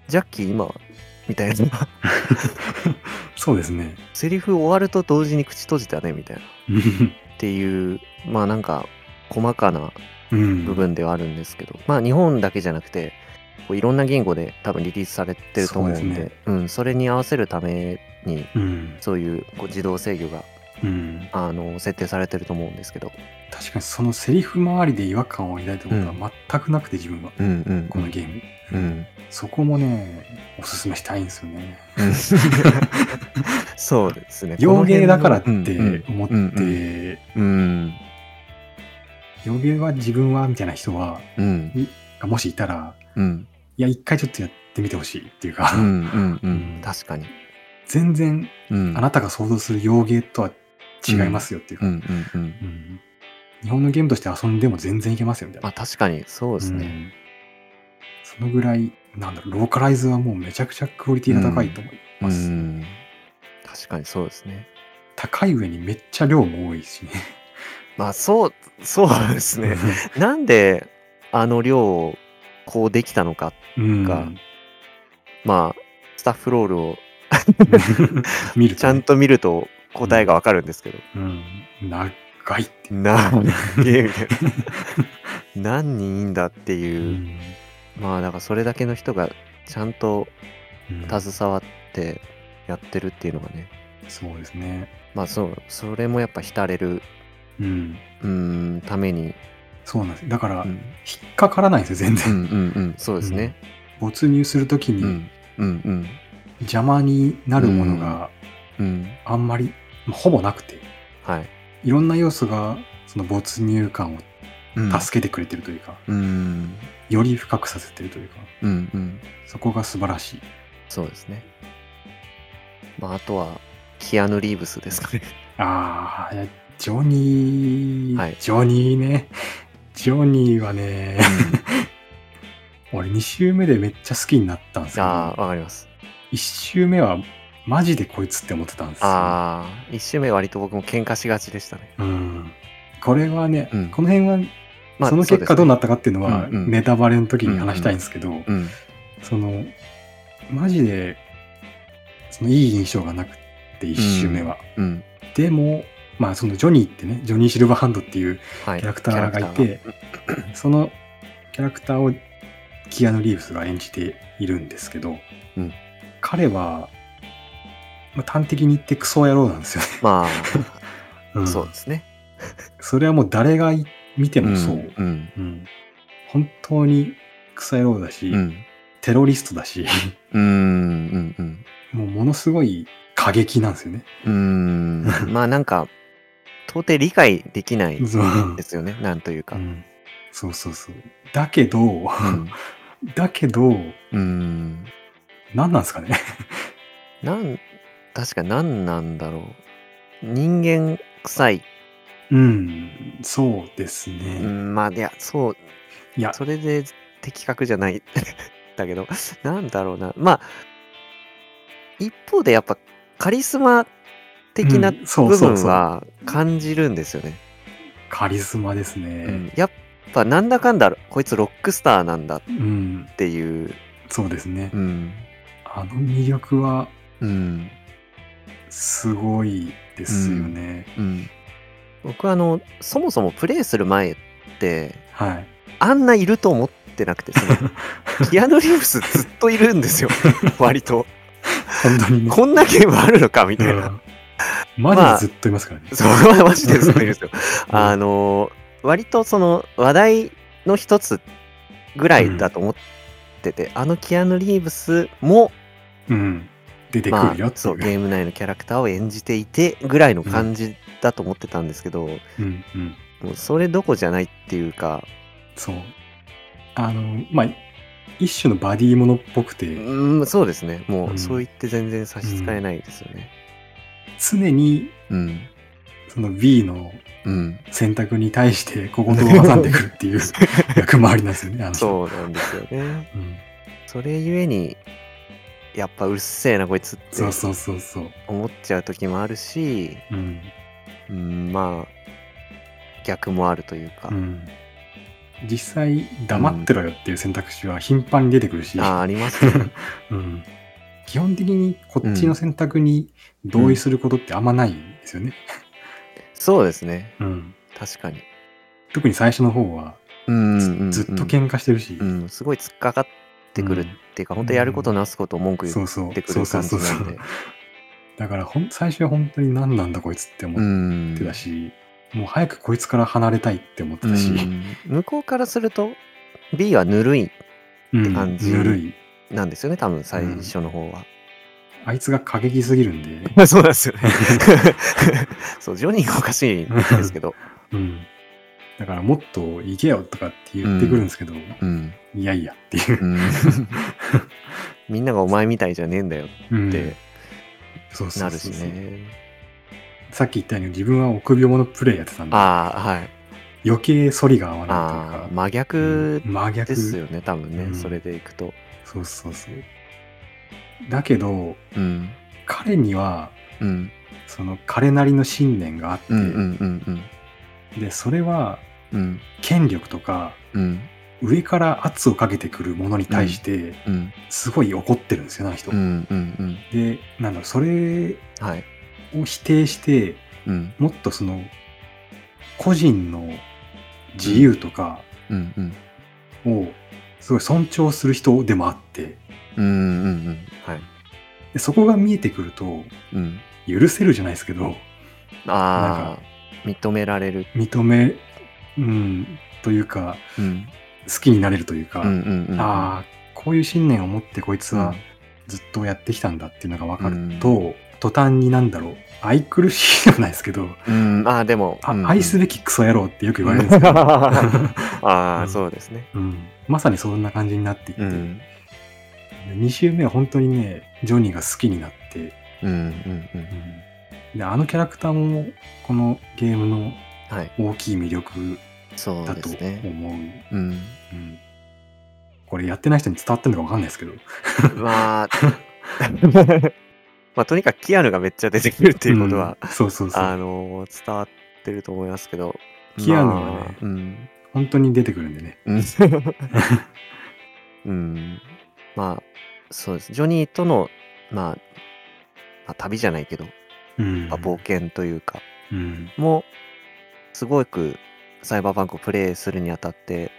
Speaker 1: ジャッキー今みたいな [LAUGHS]
Speaker 2: そうですね
Speaker 1: セリフ終わると同時に口閉じたねみたいな
Speaker 2: うん
Speaker 1: っていうまあなんか細かな
Speaker 2: うん
Speaker 1: 部分ではあるんですけど、まあ日本だけじゃなくてこういろんな言語で多分リリースされてると思うんで
Speaker 2: そうですね
Speaker 1: うん、それに合わせるために
Speaker 2: うん
Speaker 1: そういうこう自動制御が
Speaker 2: うん、
Speaker 1: あの設定されてると思うんですけど、
Speaker 2: 確かにそのセリフ周りで違和感を抱いたことは全くなくて自分は、
Speaker 1: うんうん
Speaker 2: このゲーム
Speaker 1: うん、
Speaker 2: そこもねおすすめしたいんですよね
Speaker 1: [LAUGHS] そうです
Speaker 2: [LAUGHS]
Speaker 1: ね
Speaker 2: 洋芸だからって
Speaker 1: この
Speaker 2: 思っ
Speaker 1: 辺のうんうん
Speaker 2: て
Speaker 1: うん
Speaker 2: 洋芸は自分はみたいな人は
Speaker 1: うん
Speaker 2: もしいたら
Speaker 1: うん
Speaker 2: いや一回ちょっとやってみてほしいっていうか、
Speaker 1: うんうんう
Speaker 2: うんん
Speaker 1: 確かに、
Speaker 2: 全然
Speaker 1: うん、
Speaker 2: あなたが想像する洋芸とは違いますよってい
Speaker 1: う
Speaker 2: うか、
Speaker 1: んうんうん
Speaker 2: うん日本のゲームとして遊んでも全然いけますよみたいな
Speaker 1: まあ確かにそうですね、
Speaker 2: うんそのぐらいなんだろうローカライズはもうめちゃくちゃクオリティが高いと思います、
Speaker 1: うん確かにそうですね
Speaker 2: 高い上にめっちゃ量も多いしね
Speaker 1: まあそうそうですねなんであの量をこうできたのか
Speaker 2: うん
Speaker 1: がまあスタッフロールを
Speaker 2: [LAUGHS] 見る
Speaker 1: ちゃん
Speaker 2: ね、
Speaker 1: と見ると答えがわかるんですけど、
Speaker 2: うん、長いって
Speaker 1: 何ゲームで [LAUGHS] 何人いんだっていうう、
Speaker 2: ん
Speaker 1: まあだからそれだけの人がちゃんと
Speaker 2: うん
Speaker 1: 携わってやってるっていうのがね
Speaker 2: そうですね
Speaker 1: まあそうそれもやっぱ浸れる
Speaker 2: うん
Speaker 1: うーんために、
Speaker 2: そうなんですだから、
Speaker 1: うん、
Speaker 2: 引っかからないんですよ全
Speaker 1: うん
Speaker 2: 然、
Speaker 1: うんうんそうですね、
Speaker 2: 没入するとき
Speaker 1: う
Speaker 2: に
Speaker 1: ん、うんうん
Speaker 2: 邪魔になるものが
Speaker 1: うん
Speaker 2: あんまり、まあほぼなくて
Speaker 1: はい、
Speaker 2: いろんな要素がその没入感を
Speaker 1: うん、
Speaker 2: 助けてくれてるというか、
Speaker 1: うん
Speaker 2: より深くさせてるというか
Speaker 1: うんうん
Speaker 2: そこが素晴らしい
Speaker 1: そうですねまああとはキアヌ・リーブスですかね
Speaker 2: ああジョニー、
Speaker 1: はい
Speaker 2: ジョニーね [LAUGHS] ジョニーはね [LAUGHS] 俺2周目でめっちゃ好きになったんですけ
Speaker 1: [LAUGHS]
Speaker 2: ど
Speaker 1: ああわかります
Speaker 2: 1周目はマジでこいつって思ってたんですよ
Speaker 1: ああ一周目割と僕も喧嘩しがちでしたね
Speaker 2: うんこれはね、
Speaker 1: うん
Speaker 2: この辺は
Speaker 1: まあ
Speaker 2: その結果どうなったかっていうの
Speaker 1: う
Speaker 2: は
Speaker 1: んうん
Speaker 2: ネタバレの時に話したいんですけど、
Speaker 1: そうですね
Speaker 2: そのマジでそのいい印象がなくって1周目は、
Speaker 1: うんうん
Speaker 2: でもまあそのジョニーってねジョニー・シルバーハンドっていう
Speaker 1: はい
Speaker 2: キャラクターがい
Speaker 1: キャラク
Speaker 2: てそのキャラクターをキアヌ・リーブスが演じているんですけど、
Speaker 1: うん
Speaker 2: 彼は、まあ、端的に言ってクソ野郎なんですよね、
Speaker 1: ターま
Speaker 2: う
Speaker 1: あ [LAUGHS]
Speaker 2: ん
Speaker 1: そうですね
Speaker 2: それはもう誰が見てもそう、
Speaker 1: んうん
Speaker 2: うん本当にクソ野郎だし、
Speaker 1: うん
Speaker 2: テロリストだし
Speaker 1: うんうんうん
Speaker 2: もうものすごい過激なんですよね、
Speaker 1: うーんまあなんか到底理解できない
Speaker 2: そう
Speaker 1: ですよねなんというか
Speaker 2: う
Speaker 1: うん
Speaker 2: んそうそうそうだけど、だけど
Speaker 1: うーん
Speaker 2: 何なんですかね
Speaker 1: なん確か何なんだろう人間臭い、
Speaker 2: うんそうですね、
Speaker 1: うん、まあいやそう
Speaker 2: いや
Speaker 1: それで的確じゃないだけどなんだろうなまあ一方でやっぱカリスマ的な
Speaker 2: うんそう
Speaker 1: 部
Speaker 2: そう
Speaker 1: 分
Speaker 2: そう
Speaker 1: は感じるんですよね、
Speaker 2: カリスマです
Speaker 1: う
Speaker 2: ね。
Speaker 1: んやっぱなんだかんだこいつロックスターなんだっ
Speaker 2: うん、
Speaker 1: ていう
Speaker 2: そうですね
Speaker 1: う。ん
Speaker 2: あの魅力は
Speaker 1: うん
Speaker 2: すごいですよね。
Speaker 1: うん、僕はあのそもそもプレイする前って
Speaker 2: はい。
Speaker 1: あんないると思ってなくてそ [LAUGHS] のキアヌ・リーブスずっといるん [LAUGHS] ですよ割と
Speaker 2: 本当にね。
Speaker 1: こんなゲームあるのかみたいな、
Speaker 2: うんマジでずっといますからね。
Speaker 1: そこはマジでずっといるんですよあの割とその話題の一つぐらいだと思ってて、あのキアヌ・リーブスも
Speaker 2: うん。出てく
Speaker 1: ま
Speaker 2: るよ
Speaker 1: あ、
Speaker 2: ってい
Speaker 1: そう
Speaker 2: う。
Speaker 1: ゲーム内のキャラクターを演じていてぐらいの感じだと思ってたんですけど、
Speaker 2: うんうん
Speaker 1: もうそれどこじゃないっていうか、
Speaker 2: そう。あの、まあ、一種のバディものっぽくて、
Speaker 1: うん、そうですね。も
Speaker 2: う
Speaker 1: うんそう言って全然差し支えないですよね。
Speaker 2: 常に
Speaker 1: うん。
Speaker 2: その B の
Speaker 1: うん。
Speaker 2: 選択に対して、ここと挟んでくるっていう
Speaker 1: [LAUGHS]
Speaker 2: 役回りなんですよね、あの人。
Speaker 1: そうなんですよね。
Speaker 2: うん
Speaker 1: それゆえに、やっぱうっせえなこいつって
Speaker 2: そうそうそうそう。
Speaker 1: 思っちゃう時もあるし、
Speaker 2: うん。
Speaker 1: うん、まあ、逆もあるというか。
Speaker 2: うん。実際、黙ってろよっていう選択肢は頻繁に出てくるし、
Speaker 1: ああ、あります [LAUGHS] ね。
Speaker 2: うん、基本的にこっちの選択に同意することってあんまないんですよね。
Speaker 1: そうですね。
Speaker 2: うん
Speaker 1: 確かに。
Speaker 2: 特に最初の方は
Speaker 1: うんうん
Speaker 2: ず,、
Speaker 1: うんうん
Speaker 2: ずっと喧嘩してるし、
Speaker 1: うん、すごい突っかかってくるっていうか、
Speaker 2: うん
Speaker 1: 本当やることなすことを文句言
Speaker 2: そう
Speaker 1: っ
Speaker 2: そう
Speaker 1: てく
Speaker 2: そ
Speaker 1: る
Speaker 2: うそ
Speaker 1: 感
Speaker 2: う
Speaker 1: じ
Speaker 2: そうそ
Speaker 1: なんで
Speaker 2: う。だからほん最初は本当に何なんだこいつって
Speaker 1: う
Speaker 2: 思
Speaker 1: ん
Speaker 2: ってたし、もう早くこいつから離れたいって思ってたし、
Speaker 1: うん向こうからすると B はぬるい
Speaker 2: うん
Speaker 1: って感じ
Speaker 2: ぬるい
Speaker 1: なんですよね多分最初の方は、
Speaker 2: あいつが過激すぎるん [LAUGHS] で、
Speaker 1: そうなんですよね [LAUGHS] そうジョニーがおかしいんですけど、
Speaker 2: うん、だからもっと行けよとかって言ってくるんですけど、
Speaker 1: うん
Speaker 2: いやいやっていう
Speaker 1: う、んみんながお前みたいじゃねえんだよ
Speaker 2: うん
Speaker 1: って
Speaker 2: そうそ
Speaker 1: な
Speaker 2: う
Speaker 1: る
Speaker 2: そ
Speaker 1: し
Speaker 2: う
Speaker 1: ね、
Speaker 2: そうさっき言ったように自分は臆病者プレイやってたんで
Speaker 1: ああはい
Speaker 2: 余計反りが合わない
Speaker 1: あ
Speaker 2: と
Speaker 1: あ
Speaker 2: いうか、
Speaker 1: 真逆
Speaker 2: うん真逆
Speaker 1: ですよね多分ね、
Speaker 2: うん
Speaker 1: それでいくと
Speaker 2: そうそうそうだけど
Speaker 1: うん
Speaker 2: 彼には
Speaker 1: うん
Speaker 2: その彼なりの信念があって、
Speaker 1: うんうんうんうん
Speaker 2: でそれは
Speaker 1: うん
Speaker 2: 権力とか
Speaker 1: うん
Speaker 2: 上から圧をかけてくるものに対して
Speaker 1: うん
Speaker 2: すごい怒ってるんですよ、あの人、
Speaker 1: うんうんうん
Speaker 2: でなんだろうそれ
Speaker 1: はい
Speaker 2: を否定して
Speaker 1: うん
Speaker 2: もっとその個人の自由とか
Speaker 1: うんうん
Speaker 2: をすごい尊重する人でもあって
Speaker 1: うんうんうんはい
Speaker 2: でそこが見えてくると
Speaker 1: うん
Speaker 2: 許せるじゃないですけど
Speaker 1: ああ、認められる。
Speaker 2: 認め、うん、というか
Speaker 1: うん。
Speaker 2: 好きになれるというか、
Speaker 1: うんうんうん。あ、
Speaker 2: ああこういう信念を持ってこいつ
Speaker 1: う
Speaker 2: は
Speaker 1: ん
Speaker 2: ずっとやってきたんだっていうのが分かると、途端になんだろう愛くるしいじゃないですけど、
Speaker 1: うん、ああ、でも、
Speaker 2: あ
Speaker 1: うん
Speaker 2: 愛す
Speaker 1: うん
Speaker 2: べきクソ野郎ってよく言われるんですけど、
Speaker 1: あ [LAUGHS]
Speaker 2: う
Speaker 1: あ、
Speaker 2: ん
Speaker 1: そうですね。
Speaker 2: [LAUGHS] うん、まさにそんな感じになっていて、
Speaker 1: うん。
Speaker 2: 2周目は本当にねジョニーが好きになって、
Speaker 1: うんうんう。
Speaker 2: うんんであのキャラクターもこのゲームの
Speaker 1: はい。
Speaker 2: 大きい魅力
Speaker 1: そう
Speaker 2: だ
Speaker 1: で
Speaker 2: と
Speaker 1: す
Speaker 2: 思う。
Speaker 1: ね。うん。
Speaker 2: うんこれやってない人に伝わってるのか分かんないですけど。
Speaker 1: [LAUGHS] まあ、まあ、とにかくキアヌがめっちゃ出てくるっていうことは、
Speaker 2: うんそうそうそ
Speaker 1: あ
Speaker 2: う。
Speaker 1: のー、伝わってると思いますけど。
Speaker 2: キアヌはね
Speaker 1: まあうん。
Speaker 2: 本当に出てくるんでね。 [LAUGHS]
Speaker 1: うんうん。まあ、そうです。ジョニーとの、まあ、まあ、旅じゃないけど、
Speaker 2: うん
Speaker 1: まあ冒険というか、
Speaker 2: うん。
Speaker 1: もすごくサイバーパンクをプレイするにあたって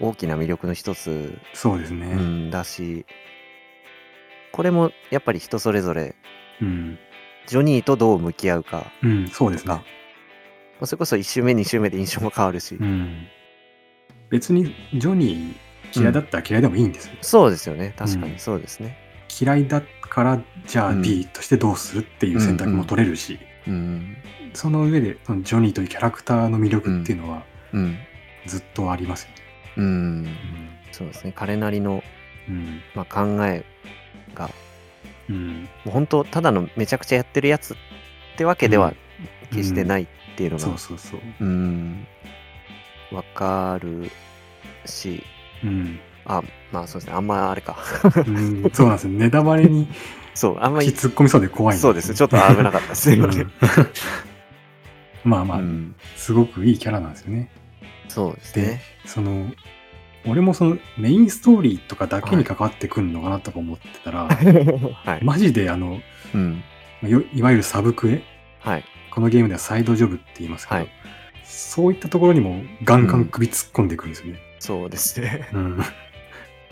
Speaker 1: 大きな魅力の一つ、
Speaker 2: そうです
Speaker 1: う
Speaker 2: ね。
Speaker 1: ん、だしこれもやっぱり人それぞれ
Speaker 2: うん。
Speaker 1: ジョニーとどう向き合うか、ま
Speaker 2: うん、そうですね。
Speaker 1: あ、それこそ1周目2周目で印象も変わるし、
Speaker 2: うん。別に、ジョニー嫌いだったら嫌いでもいいんですよ。
Speaker 1: そうですよね確か
Speaker 2: う
Speaker 1: に
Speaker 2: ん
Speaker 1: そうですね、
Speaker 2: 嫌いだから、じゃあ
Speaker 1: うん
Speaker 2: B としてどうするっていう選択も取れるし、
Speaker 1: うん
Speaker 2: その上で、そのジョニーというキャラクターの魅力っていうのは
Speaker 1: うん
Speaker 2: ずっとありますよね。
Speaker 1: うんそうですね彼なりの、
Speaker 2: うん。
Speaker 1: まあ、考え
Speaker 2: うん。うん。
Speaker 1: もう本当ただのめちゃくちゃやってるやつってわけでは決して
Speaker 2: い。
Speaker 1: ないっていうのが、
Speaker 2: そうそうそう。
Speaker 1: うん。わかるし、
Speaker 2: うん。
Speaker 1: あ、まあそうですね。あんまあれか。 [LAUGHS]
Speaker 2: うんそうなんですよ。ネタバレに
Speaker 1: そう、あんま
Speaker 2: 口
Speaker 1: り、
Speaker 2: 突っ込みそうで怖いん
Speaker 1: そうですね。ちょっと危なかったですね。今ね
Speaker 2: うんまあまあ、
Speaker 1: うん
Speaker 2: すごくいいキャラなんですよね。
Speaker 1: そうです
Speaker 2: で、
Speaker 1: ね。
Speaker 2: その、俺もそのメインストーリーとかだけに関わってくるのかなとか思ってたら、 [LAUGHS]
Speaker 1: はい。
Speaker 2: マジであの、
Speaker 1: うん。
Speaker 2: よいわゆるサブクエ、
Speaker 1: はい。
Speaker 2: このゲームではサイドジョブって言いますけど、
Speaker 1: はい
Speaker 2: そういったところにもガンガン首突っ込んでくるんですよね。
Speaker 1: そうですね。 [LAUGHS]
Speaker 2: うん、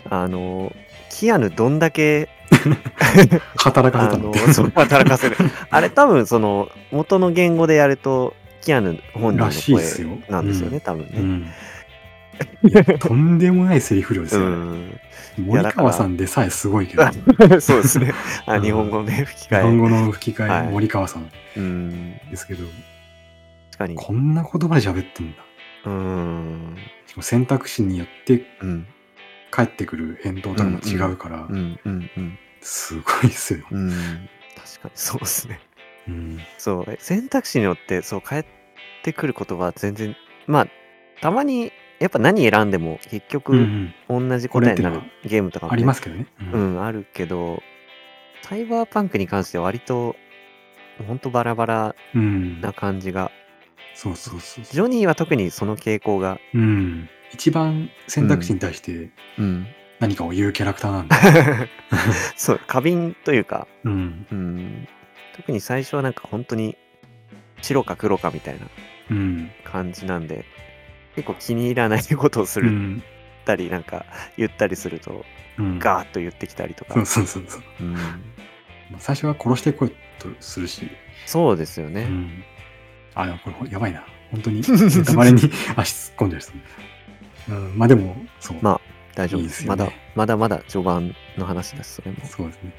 Speaker 1: あの、キアヌどんだけ、
Speaker 2: 働か
Speaker 1: あ
Speaker 2: せたの
Speaker 1: の
Speaker 2: って。、
Speaker 1: そう働
Speaker 2: [LAUGHS]
Speaker 1: かせる。あれ多分その、元の言語でやると、キアヌ本人の
Speaker 2: らしいっすよ
Speaker 1: 声なんですよね、多分
Speaker 2: う
Speaker 1: ね。
Speaker 2: んいやとんでもないセリフ量です
Speaker 1: う
Speaker 2: よ、
Speaker 1: ん。
Speaker 2: 森川さんでさえすごいけど、
Speaker 1: [LAUGHS]
Speaker 2: 日
Speaker 1: そうですね。あ
Speaker 2: うん
Speaker 1: 日本語ね、吹き替
Speaker 2: 本
Speaker 1: え。
Speaker 2: 語の吹き替え、
Speaker 1: はい
Speaker 2: 森川さん
Speaker 1: うん。
Speaker 2: ですけど、
Speaker 1: 確かに。
Speaker 2: こんな言葉で喋ってんだ。
Speaker 1: うーん。
Speaker 2: しかも選択肢によって
Speaker 1: うん。
Speaker 2: 返ってくる返答とかも違うから、
Speaker 1: うん。うん。うん。
Speaker 2: すごいですよ。
Speaker 1: うん。確かに、そうですね。
Speaker 2: うん。
Speaker 1: そう。え選択肢によって、そう、変えてくる言葉は全然、まあ、たまに、やっぱ何選んでも結
Speaker 2: うんう
Speaker 1: 局
Speaker 2: ん
Speaker 1: 同じ答えにな
Speaker 2: これ
Speaker 1: る
Speaker 2: って
Speaker 1: ゲームとかも、ね、
Speaker 2: ありますけどね。
Speaker 1: う。ん、あるけど、サイバーパンクに関しては割と、ほんとバラバラ
Speaker 2: うん。
Speaker 1: な感じが、
Speaker 2: そうそうそう
Speaker 1: ジ
Speaker 2: そう。
Speaker 1: ョニーは特にその傾向が、
Speaker 2: うん。一番選択肢に対して
Speaker 1: うん、
Speaker 2: 何かを言うキャラクターなんだ。
Speaker 1: そう、過敏というか、
Speaker 2: うん。
Speaker 1: うん、特に最初はなんか本当に白か黒かみたいな
Speaker 2: うん。
Speaker 1: 感じなんで、結構気に入らないことをす
Speaker 2: う
Speaker 1: るっ
Speaker 2: ん。
Speaker 1: たり、なんか言ったりすると、
Speaker 2: うん。
Speaker 1: ガーッと言ってきたりとか、
Speaker 2: そうそうそうそう。
Speaker 1: うん
Speaker 2: まあ最初は殺してこいとするし。
Speaker 1: そうですよ
Speaker 2: う
Speaker 1: ね。
Speaker 2: ん。あ、でもこれやばいな。
Speaker 1: [LAUGHS]
Speaker 2: 本当に、ネタバレに [LAUGHS] 足突っ込んじゃいそう。うん。まあでも、そう。
Speaker 1: ま大丈夫
Speaker 2: いい
Speaker 1: で
Speaker 2: です
Speaker 1: す。
Speaker 2: よ
Speaker 1: ま
Speaker 2: ね
Speaker 1: だ、まだまだ序盤の話です、それも。
Speaker 2: そ
Speaker 1: [LAUGHS]
Speaker 2: うですね。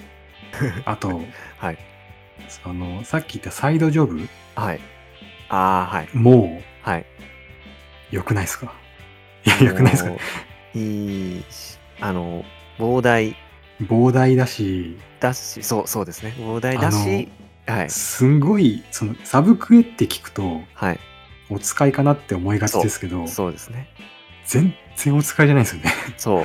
Speaker 2: あと、
Speaker 1: はい。
Speaker 2: その、さっき言ったサイドジョブ、
Speaker 1: はい。ああ、はい。
Speaker 2: も
Speaker 1: はい。
Speaker 2: う、良くないですかいや、良くないですか
Speaker 1: もういいし、あの、膨大
Speaker 2: 膨大だし、
Speaker 1: だし、そう、そうですね。膨大だし、はい。
Speaker 2: すんごい、その、サブクエって聞くと、
Speaker 1: はい。
Speaker 2: お使いかなって思いがちですけど、
Speaker 1: そうですね。
Speaker 2: 全然お使いじゃないですよね。 [LAUGHS]
Speaker 1: そ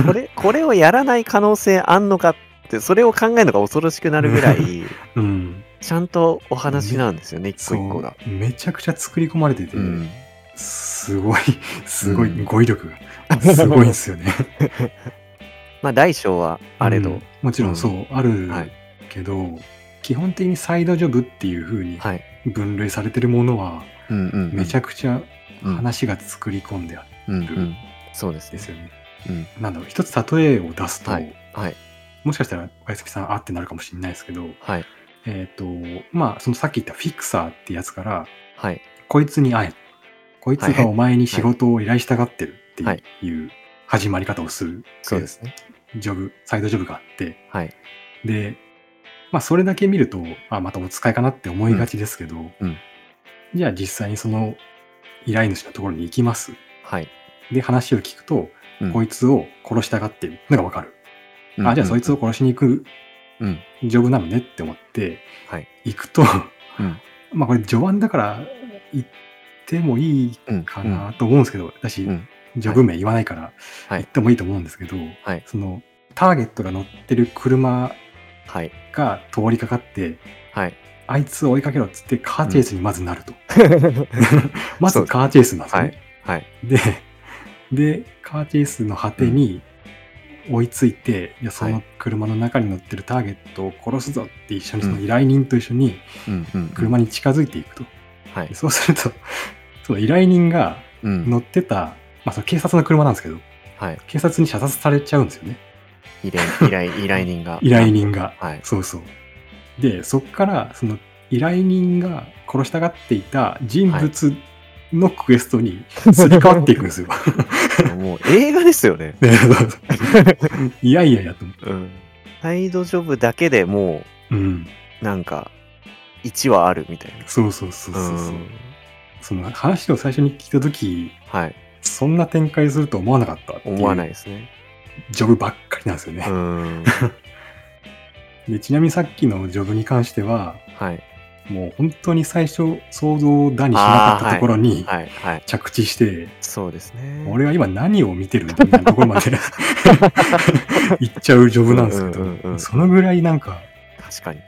Speaker 1: う。これ、 [LAUGHS] これをやらない可能性あんのかって、それを考えるのが恐ろしくなるぐらい、
Speaker 2: うん。
Speaker 1: ちゃんとお話なんですよね、一
Speaker 2: そ
Speaker 1: 個一個が。
Speaker 2: う。めちゃくちゃ作り込まれてて、
Speaker 1: うん。
Speaker 2: すごい、すご
Speaker 1: う
Speaker 2: い、
Speaker 1: ん
Speaker 2: 語彙力
Speaker 1: [LAUGHS]
Speaker 2: が、すごいん [LAUGHS] ですよね。
Speaker 1: まあ、大小は [LAUGHS] あれ
Speaker 2: う
Speaker 1: ど
Speaker 2: ん、もちろんそう、ある
Speaker 1: はい
Speaker 2: けど、基本的にサイドジョブっていう風に
Speaker 1: はい。
Speaker 2: 分類されてるものは、
Speaker 1: うんうん。
Speaker 2: めちゃくちゃ
Speaker 1: うん
Speaker 2: 話が作り込んである
Speaker 1: うんうん。そうです
Speaker 2: んで
Speaker 1: ね。
Speaker 2: すよね。
Speaker 1: うん。
Speaker 2: なんだろう、一つ例えを出すと、
Speaker 1: はい。はい。
Speaker 2: もしかしたら、おやすみさん、あってなるかもしれないですけど、
Speaker 1: はい。
Speaker 2: えっ、と、まあ、そのさっき言ったフィクサーってやつから、
Speaker 1: はい。
Speaker 2: こいつに会え。こいつがお前に仕事を依頼したがってる
Speaker 1: は
Speaker 2: っていう始まり方をする、
Speaker 1: そうですね。
Speaker 2: ジョブ、サイドジョブがあって、
Speaker 1: はい。
Speaker 2: で、まあ、それだけ見ると、あ、またお使いかなって思いがちですけど、
Speaker 1: うん
Speaker 2: じゃあ実際にその依頼主のところに行きます。
Speaker 1: はい。
Speaker 2: で、話を聞くと、
Speaker 1: うん
Speaker 2: こいつを殺したがってるのがわかる。あ、じゃあそいつを殺しに行く
Speaker 1: うん。
Speaker 2: ジョブなのねって思って、
Speaker 1: はい
Speaker 2: 行くと、
Speaker 1: ん
Speaker 2: [LAUGHS] まあこれ序盤だから行ってもいい
Speaker 1: うん。
Speaker 2: かなと思うんですけど、私、
Speaker 1: うん
Speaker 2: ジョブ名言わないから、
Speaker 1: はい
Speaker 2: 行ってもいいと思うんですけど、
Speaker 1: はい
Speaker 2: そのターゲットが乗ってる車
Speaker 1: はい。
Speaker 2: が通りかかって、
Speaker 1: はい。
Speaker 2: あいつを追いかけろっつってカーチェイスにまずなる
Speaker 1: [LAUGHS]
Speaker 2: と。ま
Speaker 1: そ
Speaker 2: ず
Speaker 1: う
Speaker 2: カーチェイスなんですよ
Speaker 1: は
Speaker 2: ね。
Speaker 1: い。はい。
Speaker 2: で、で、カーチェイスの果てに追いついて、いやその車の中に乗ってるターゲットを殺すぞって一緒に、
Speaker 1: うん
Speaker 2: その依頼人と一緒に
Speaker 1: うんうんうん。
Speaker 2: 車に近づいていくと。
Speaker 1: はい
Speaker 2: で。そうすると、 [LAUGHS] その依頼人が
Speaker 1: うん。
Speaker 2: 乗ってた、まあその警察の車なんですけど、
Speaker 1: はい。
Speaker 2: 警察に射殺されちゃうんですよね。
Speaker 1: 依頼、依頼、依頼人が。
Speaker 2: [LAUGHS] 依頼。人が。 [LAUGHS]
Speaker 1: はい。
Speaker 2: そうそう。で、そっから、その依頼人が殺したがっていた人物のクエストにすり替わっていく
Speaker 1: [LAUGHS]
Speaker 2: んですよ。 [LAUGHS]
Speaker 1: もう映画ですよね。
Speaker 2: ねそうそういやいやいやと思って。
Speaker 1: うん。サイドジョブだけでも
Speaker 2: うん。
Speaker 1: う、なんか、1はあるみたいな。
Speaker 2: そうそうそうそうそう。
Speaker 1: ん
Speaker 2: その話を最初に聞いたとき、
Speaker 1: はい。
Speaker 2: そんな展開すると思わなかったっていう
Speaker 1: 思わないですね。
Speaker 2: ジョブばっかりなんですよね
Speaker 1: う、ん。
Speaker 2: で。ちなみにさっきのジョブに関しては、
Speaker 1: はい。
Speaker 2: もう本当に最初想像だにしなかっ
Speaker 1: あーは
Speaker 2: た
Speaker 1: い
Speaker 2: ところに
Speaker 1: はい。はい。
Speaker 2: 着地して、
Speaker 1: そうですね。
Speaker 2: 俺は今何を見てるんだみたいなところ
Speaker 1: [LAUGHS]
Speaker 2: まで行っちゃうジョブなんですけ
Speaker 1: うんうんうんう
Speaker 2: ど、
Speaker 1: ん
Speaker 2: そのぐらいなんか
Speaker 1: 確かに。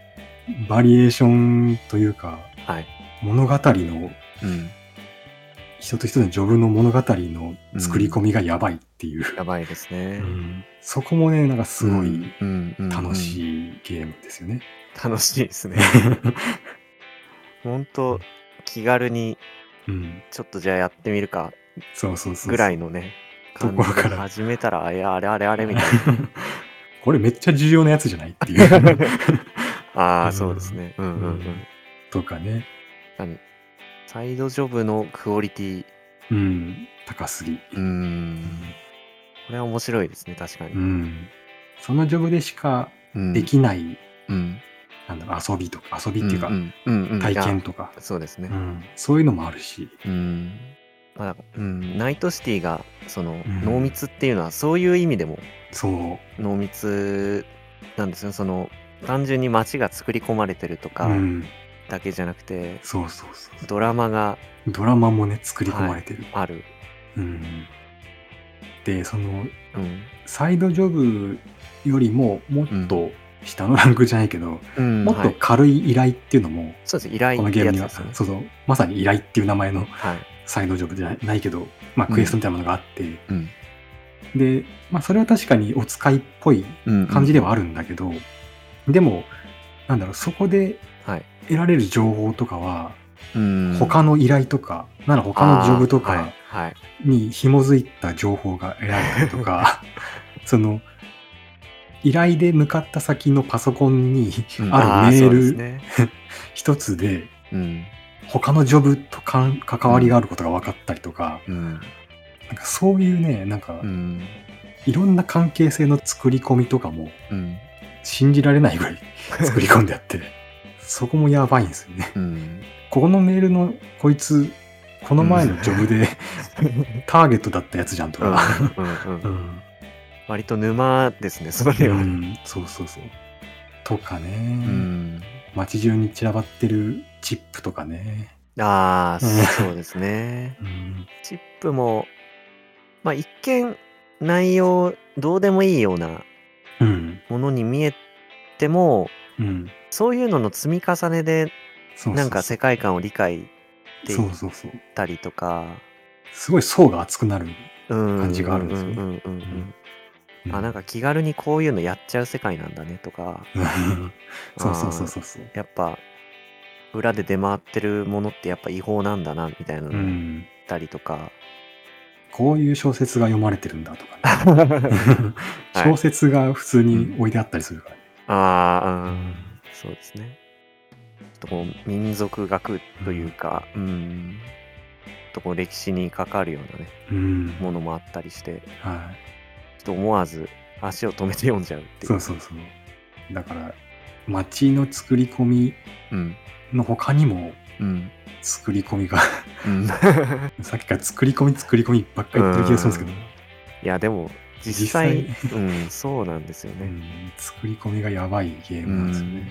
Speaker 2: バリエーションというか、
Speaker 1: はい。
Speaker 2: 物語の
Speaker 1: うん。
Speaker 2: 一つ一つのジョブの物語の作り込みがやばいっていう、
Speaker 1: やばいですね
Speaker 2: う。んそこもねなんかすごい
Speaker 1: うん。うん
Speaker 2: 楽
Speaker 1: い。
Speaker 2: しいゲームですよね。
Speaker 1: 楽しい
Speaker 2: [LAUGHS]
Speaker 1: ですね。ほんと、気軽に、
Speaker 2: うん
Speaker 1: ちょっとじゃあやってみるか
Speaker 2: そうそうそう
Speaker 1: ぐらいのね、
Speaker 2: と
Speaker 1: 感
Speaker 2: ころ
Speaker 1: じ
Speaker 2: か
Speaker 1: で
Speaker 2: ら
Speaker 1: 始めたら、あいやあれあれあれみたいな。
Speaker 2: [LAUGHS] これめっちゃ重要なやつじゃないっていう
Speaker 1: [LAUGHS] あ
Speaker 2: う
Speaker 1: あ、
Speaker 2: ん
Speaker 1: そうですね。うんうんう
Speaker 2: うん
Speaker 1: ん。
Speaker 2: とかね、
Speaker 1: サイドジョブのクオリティ、
Speaker 2: うん、高すぎ、
Speaker 1: うーん。これは面白いですね、確か
Speaker 2: う
Speaker 1: に。
Speaker 2: ん、そのジョブでしか
Speaker 1: うん
Speaker 2: できない、
Speaker 1: うん。
Speaker 2: なんだろう遊びとか、遊びっていうか、
Speaker 1: んうんうん
Speaker 2: 体
Speaker 1: い
Speaker 2: 験
Speaker 1: や
Speaker 2: とか、
Speaker 1: そうですね
Speaker 2: う。ん、そういうのもあるし、
Speaker 1: うん。まあ、うん、ナイトシティが、その
Speaker 2: ん、
Speaker 1: 濃密っていうのは、そういう意味でも
Speaker 2: そう、
Speaker 1: 濃密なんですね。その、単純に街が作り込まれてるとか
Speaker 2: うん、
Speaker 1: だけじゃなくて、
Speaker 2: そうそうそう
Speaker 1: ドラマが
Speaker 2: ドラマもね、作り込まれてる。
Speaker 1: ある。
Speaker 2: うん、で、その、
Speaker 1: うん。
Speaker 2: サイドジョブよりももっと下のランクじゃないけど、
Speaker 1: うん、
Speaker 2: もっ
Speaker 1: は
Speaker 2: と
Speaker 1: い
Speaker 2: 軽い依頼っていうのも、
Speaker 1: そうです。依頼
Speaker 2: この
Speaker 1: って
Speaker 2: ゲーム
Speaker 1: やつです
Speaker 2: には、
Speaker 1: よね。
Speaker 2: そうそう、まさに依頼っていう名前の
Speaker 1: はい。
Speaker 2: サイドジョブじゃないないけど、まあ、クエストみたいなものがあって、
Speaker 1: うん
Speaker 2: で、まあ、それは確かにお使いっぽい
Speaker 1: うん
Speaker 2: 感じではあるんだけど、でも、なんだろう、そこで
Speaker 1: はい。
Speaker 2: 得られる情報とかは、
Speaker 1: うん
Speaker 2: 他の依頼とか、なら他のジョブとか、
Speaker 1: あーはい。はい
Speaker 2: に紐づいた情報が得られたり
Speaker 1: [LAUGHS]
Speaker 2: とかその依頼で向かった先のパソコンに
Speaker 1: うん
Speaker 2: ある
Speaker 1: ー
Speaker 2: メー
Speaker 1: そう
Speaker 2: ル
Speaker 1: ですね
Speaker 2: 一つで
Speaker 1: うん。
Speaker 2: 他のジョブとかん関わりがあることが分かったりとか,、
Speaker 1: うん。
Speaker 2: なんかそういうねなんか
Speaker 1: うん。
Speaker 2: いろんな関係性の作り込みとかも
Speaker 1: うん。
Speaker 2: 信じられな
Speaker 1: [LAUGHS]
Speaker 2: いぐらい作り込んであってそこもやばいんですよね。
Speaker 1: うん。
Speaker 2: ここのメールのこいつこの前のジョブでターゲットだったやつじゃんと
Speaker 1: うん
Speaker 2: か、
Speaker 1: うんう
Speaker 2: うんん、
Speaker 1: 割と沼ですね、それは。
Speaker 2: う
Speaker 1: うん
Speaker 2: ん、そうそうそう。とかね、
Speaker 1: うん。
Speaker 2: 街中に散らばってるチップとかね。
Speaker 1: ああ、
Speaker 2: うん
Speaker 1: そうですね。
Speaker 2: うん、
Speaker 1: チップも、まあ一見内容どうでもいいような
Speaker 2: うん、
Speaker 1: ものに見えても、
Speaker 2: うん。
Speaker 1: そういうのの積み重ねで
Speaker 2: そうそうそう
Speaker 1: なんか世界観を理解でき
Speaker 2: そうそうそう。
Speaker 1: たりとか、
Speaker 2: すごい層が厚くなる。
Speaker 1: 感
Speaker 2: 感じがあるんですよね
Speaker 1: うんうんうん
Speaker 2: う
Speaker 1: うん。あ、なん
Speaker 2: か。
Speaker 1: か気軽にこういうのやっちゃう世界なんだねとか、
Speaker 2: [LAUGHS] そうそうそうそうそう。
Speaker 1: やっぱ裏で出回ってるものってやっぱ違法なんだなみたいなの
Speaker 2: う
Speaker 1: だっ
Speaker 2: ん。
Speaker 1: たりとか、
Speaker 2: こういう小説が読まれてるんだとか、ね、
Speaker 1: [LAUGHS] はい
Speaker 2: 小説が普通に置いてあったりするから、ね
Speaker 1: ああ、うん、そうですね。ちょっとこう民族学というか、うん、ちょっとこう歴史に関わるようなね、
Speaker 2: うん。
Speaker 1: ものもあったりして、ちょ
Speaker 2: は
Speaker 1: っと思わず足を止めて読んじゃうって
Speaker 2: い。
Speaker 1: いう。
Speaker 2: そうそうそう。だから、街の作り込み
Speaker 1: うん。
Speaker 2: の他にも
Speaker 1: うん。
Speaker 2: 作り込みが [LAUGHS]
Speaker 1: うん。い
Speaker 2: さっきから作り込み作り込みばっかり言ってる気がするんですけど、
Speaker 1: や、でも、実際、
Speaker 2: 実
Speaker 1: うん、そうなんですよ
Speaker 2: う
Speaker 1: ね。
Speaker 2: ん作り込みがやばいゲームなんですよね。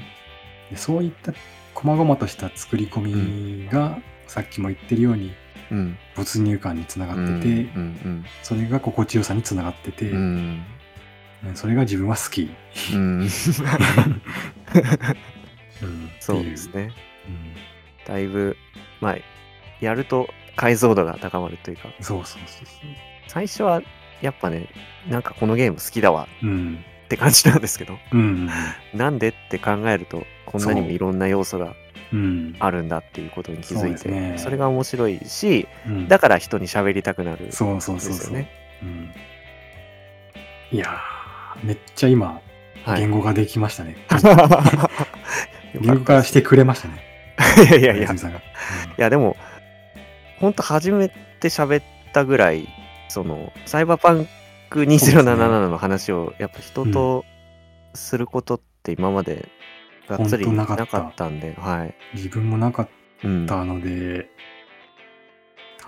Speaker 2: でそういった細々とした作り込みが、さっきも言ってるように
Speaker 1: うん。
Speaker 2: 没入感につな
Speaker 1: う
Speaker 2: が
Speaker 1: ん
Speaker 2: ってて、
Speaker 1: うん。
Speaker 2: それが心地よさにつながってて、
Speaker 1: うん。
Speaker 2: それが自分は好き、
Speaker 1: うん。
Speaker 2: うんって
Speaker 1: そう
Speaker 2: い
Speaker 1: ですね。
Speaker 2: うん
Speaker 1: だいぶ、まあ、やると解像度が高まるというか、
Speaker 2: そうそうそうそ
Speaker 1: 最初はやっぱね、なんかこのゲーム好きだわ
Speaker 2: う。うん。
Speaker 1: って感じなんですけど、 [LAUGHS]
Speaker 2: うん。
Speaker 1: なんでって考えると、こんなにも
Speaker 2: そう
Speaker 1: いろんな要素が
Speaker 2: うん。
Speaker 1: あるんだっていうことに気づい
Speaker 2: そうです
Speaker 1: て、
Speaker 2: ね
Speaker 1: それが面白いし、
Speaker 2: うん
Speaker 1: だから人に喋りたくなるんです
Speaker 2: そうそうそうそ
Speaker 1: よ
Speaker 2: う。
Speaker 1: ね。
Speaker 2: うん、いやー、めっちゃ今、
Speaker 1: はい。
Speaker 2: 言語化できましたね。
Speaker 1: [LAUGHS]
Speaker 2: [LAUGHS] 言語
Speaker 1: よかった
Speaker 2: 化
Speaker 1: で
Speaker 2: し
Speaker 1: す
Speaker 2: てくれましたね。
Speaker 1: いやいやいや
Speaker 2: 泉、さんが。
Speaker 1: いやでも、ほんと初めて喋ったぐらい、その、サイバーパンク2077の話を、やっぱ人とすることって今までがっつり
Speaker 2: ほん
Speaker 1: な
Speaker 2: となかった
Speaker 1: かったんで、はい。
Speaker 2: 自分もなかっ
Speaker 1: うん、
Speaker 2: たので、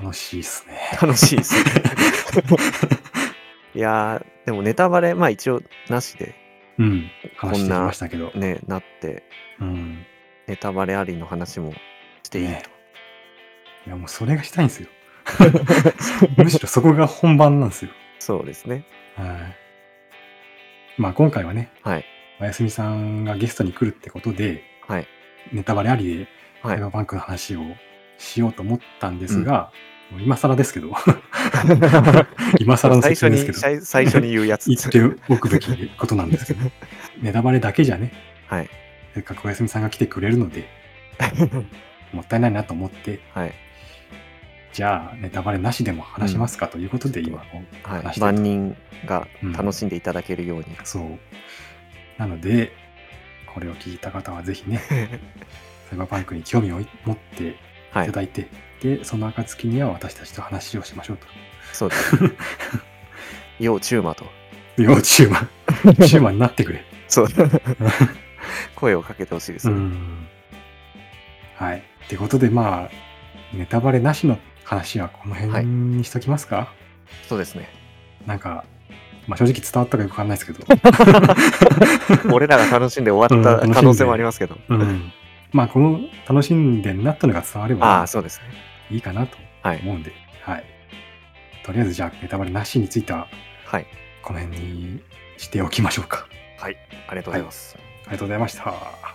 Speaker 2: 楽しいっすね。
Speaker 1: 楽しいですね。
Speaker 2: [LAUGHS]
Speaker 1: いやー、でもネタバレ、まあ一応なしで
Speaker 2: うん。話してきましたけど。
Speaker 1: ね、なって、
Speaker 2: うん。
Speaker 1: ネタバレありの話もしていい。
Speaker 2: ねいや、もうそれがしたいんですよ。 [LAUGHS] むしろそこが本番なんですよ。
Speaker 1: そうですね。
Speaker 2: はい。まあ今回はね、
Speaker 1: はい。
Speaker 2: おやすみさんがゲストに来るってことで、 [LAUGHS]
Speaker 1: はい。
Speaker 2: ネタバレありで、
Speaker 1: は
Speaker 2: サイ
Speaker 1: い。
Speaker 2: バーバンクの話をしようと思ったんですが、もう今更ですけど、 [LAUGHS] 今更の
Speaker 1: 最初
Speaker 2: 説明
Speaker 1: に
Speaker 2: ですけど、
Speaker 1: 最最初に言うやつ。
Speaker 2: 言っておくべきことなんですけ
Speaker 1: [LAUGHS]
Speaker 2: ど、ネタバレだけじゃね、
Speaker 1: はい。
Speaker 2: せっかくおやすみさんが来てくれる
Speaker 1: [LAUGHS]
Speaker 2: ので、もったいないなと思って、
Speaker 1: はい。
Speaker 2: じゃあ、ネタバレなしでも話しますかということで、
Speaker 1: うん
Speaker 2: 今、
Speaker 1: は
Speaker 2: 話し
Speaker 1: い、
Speaker 2: てた
Speaker 1: 万人が
Speaker 2: うん
Speaker 1: 楽しんでいただけるように、
Speaker 2: そう。なので、これを聞いた方は
Speaker 1: [LAUGHS]
Speaker 2: ぜひね、サイバーパンクに興味を持ってい
Speaker 1: は
Speaker 2: た
Speaker 1: い
Speaker 2: だいて、で、その暁には私たちと話をしましょうと。
Speaker 1: そうです
Speaker 2: [LAUGHS]
Speaker 1: 要注馬と [LAUGHS]
Speaker 2: [LAUGHS] 要チューマン、チューマンになってくれ。
Speaker 1: そう声をかけてほしいです
Speaker 2: う
Speaker 1: ね。
Speaker 2: ん。はい。ってことで、まあ、ネタバレなしの話はこの辺にしときますか、
Speaker 1: そうですね。
Speaker 2: なんか、まあ、正直伝わったかよくわかんないですけ
Speaker 1: [LAUGHS]
Speaker 2: ど。
Speaker 1: 俺らが楽しんで終わっ
Speaker 2: う
Speaker 1: た
Speaker 2: ん
Speaker 1: 可能性もありますけど。
Speaker 2: うん。まあ、この楽しんでんなったのが伝われ
Speaker 1: あ
Speaker 2: ば
Speaker 1: あ、そうですね。
Speaker 2: いいかなと
Speaker 1: はい。
Speaker 2: 思うんで、はい。とりあえず、じゃあ、ネタバレなしについては、
Speaker 1: はい。
Speaker 2: この辺にしておきましょうか。
Speaker 1: ありがとうございます。
Speaker 2: ありがとうございました。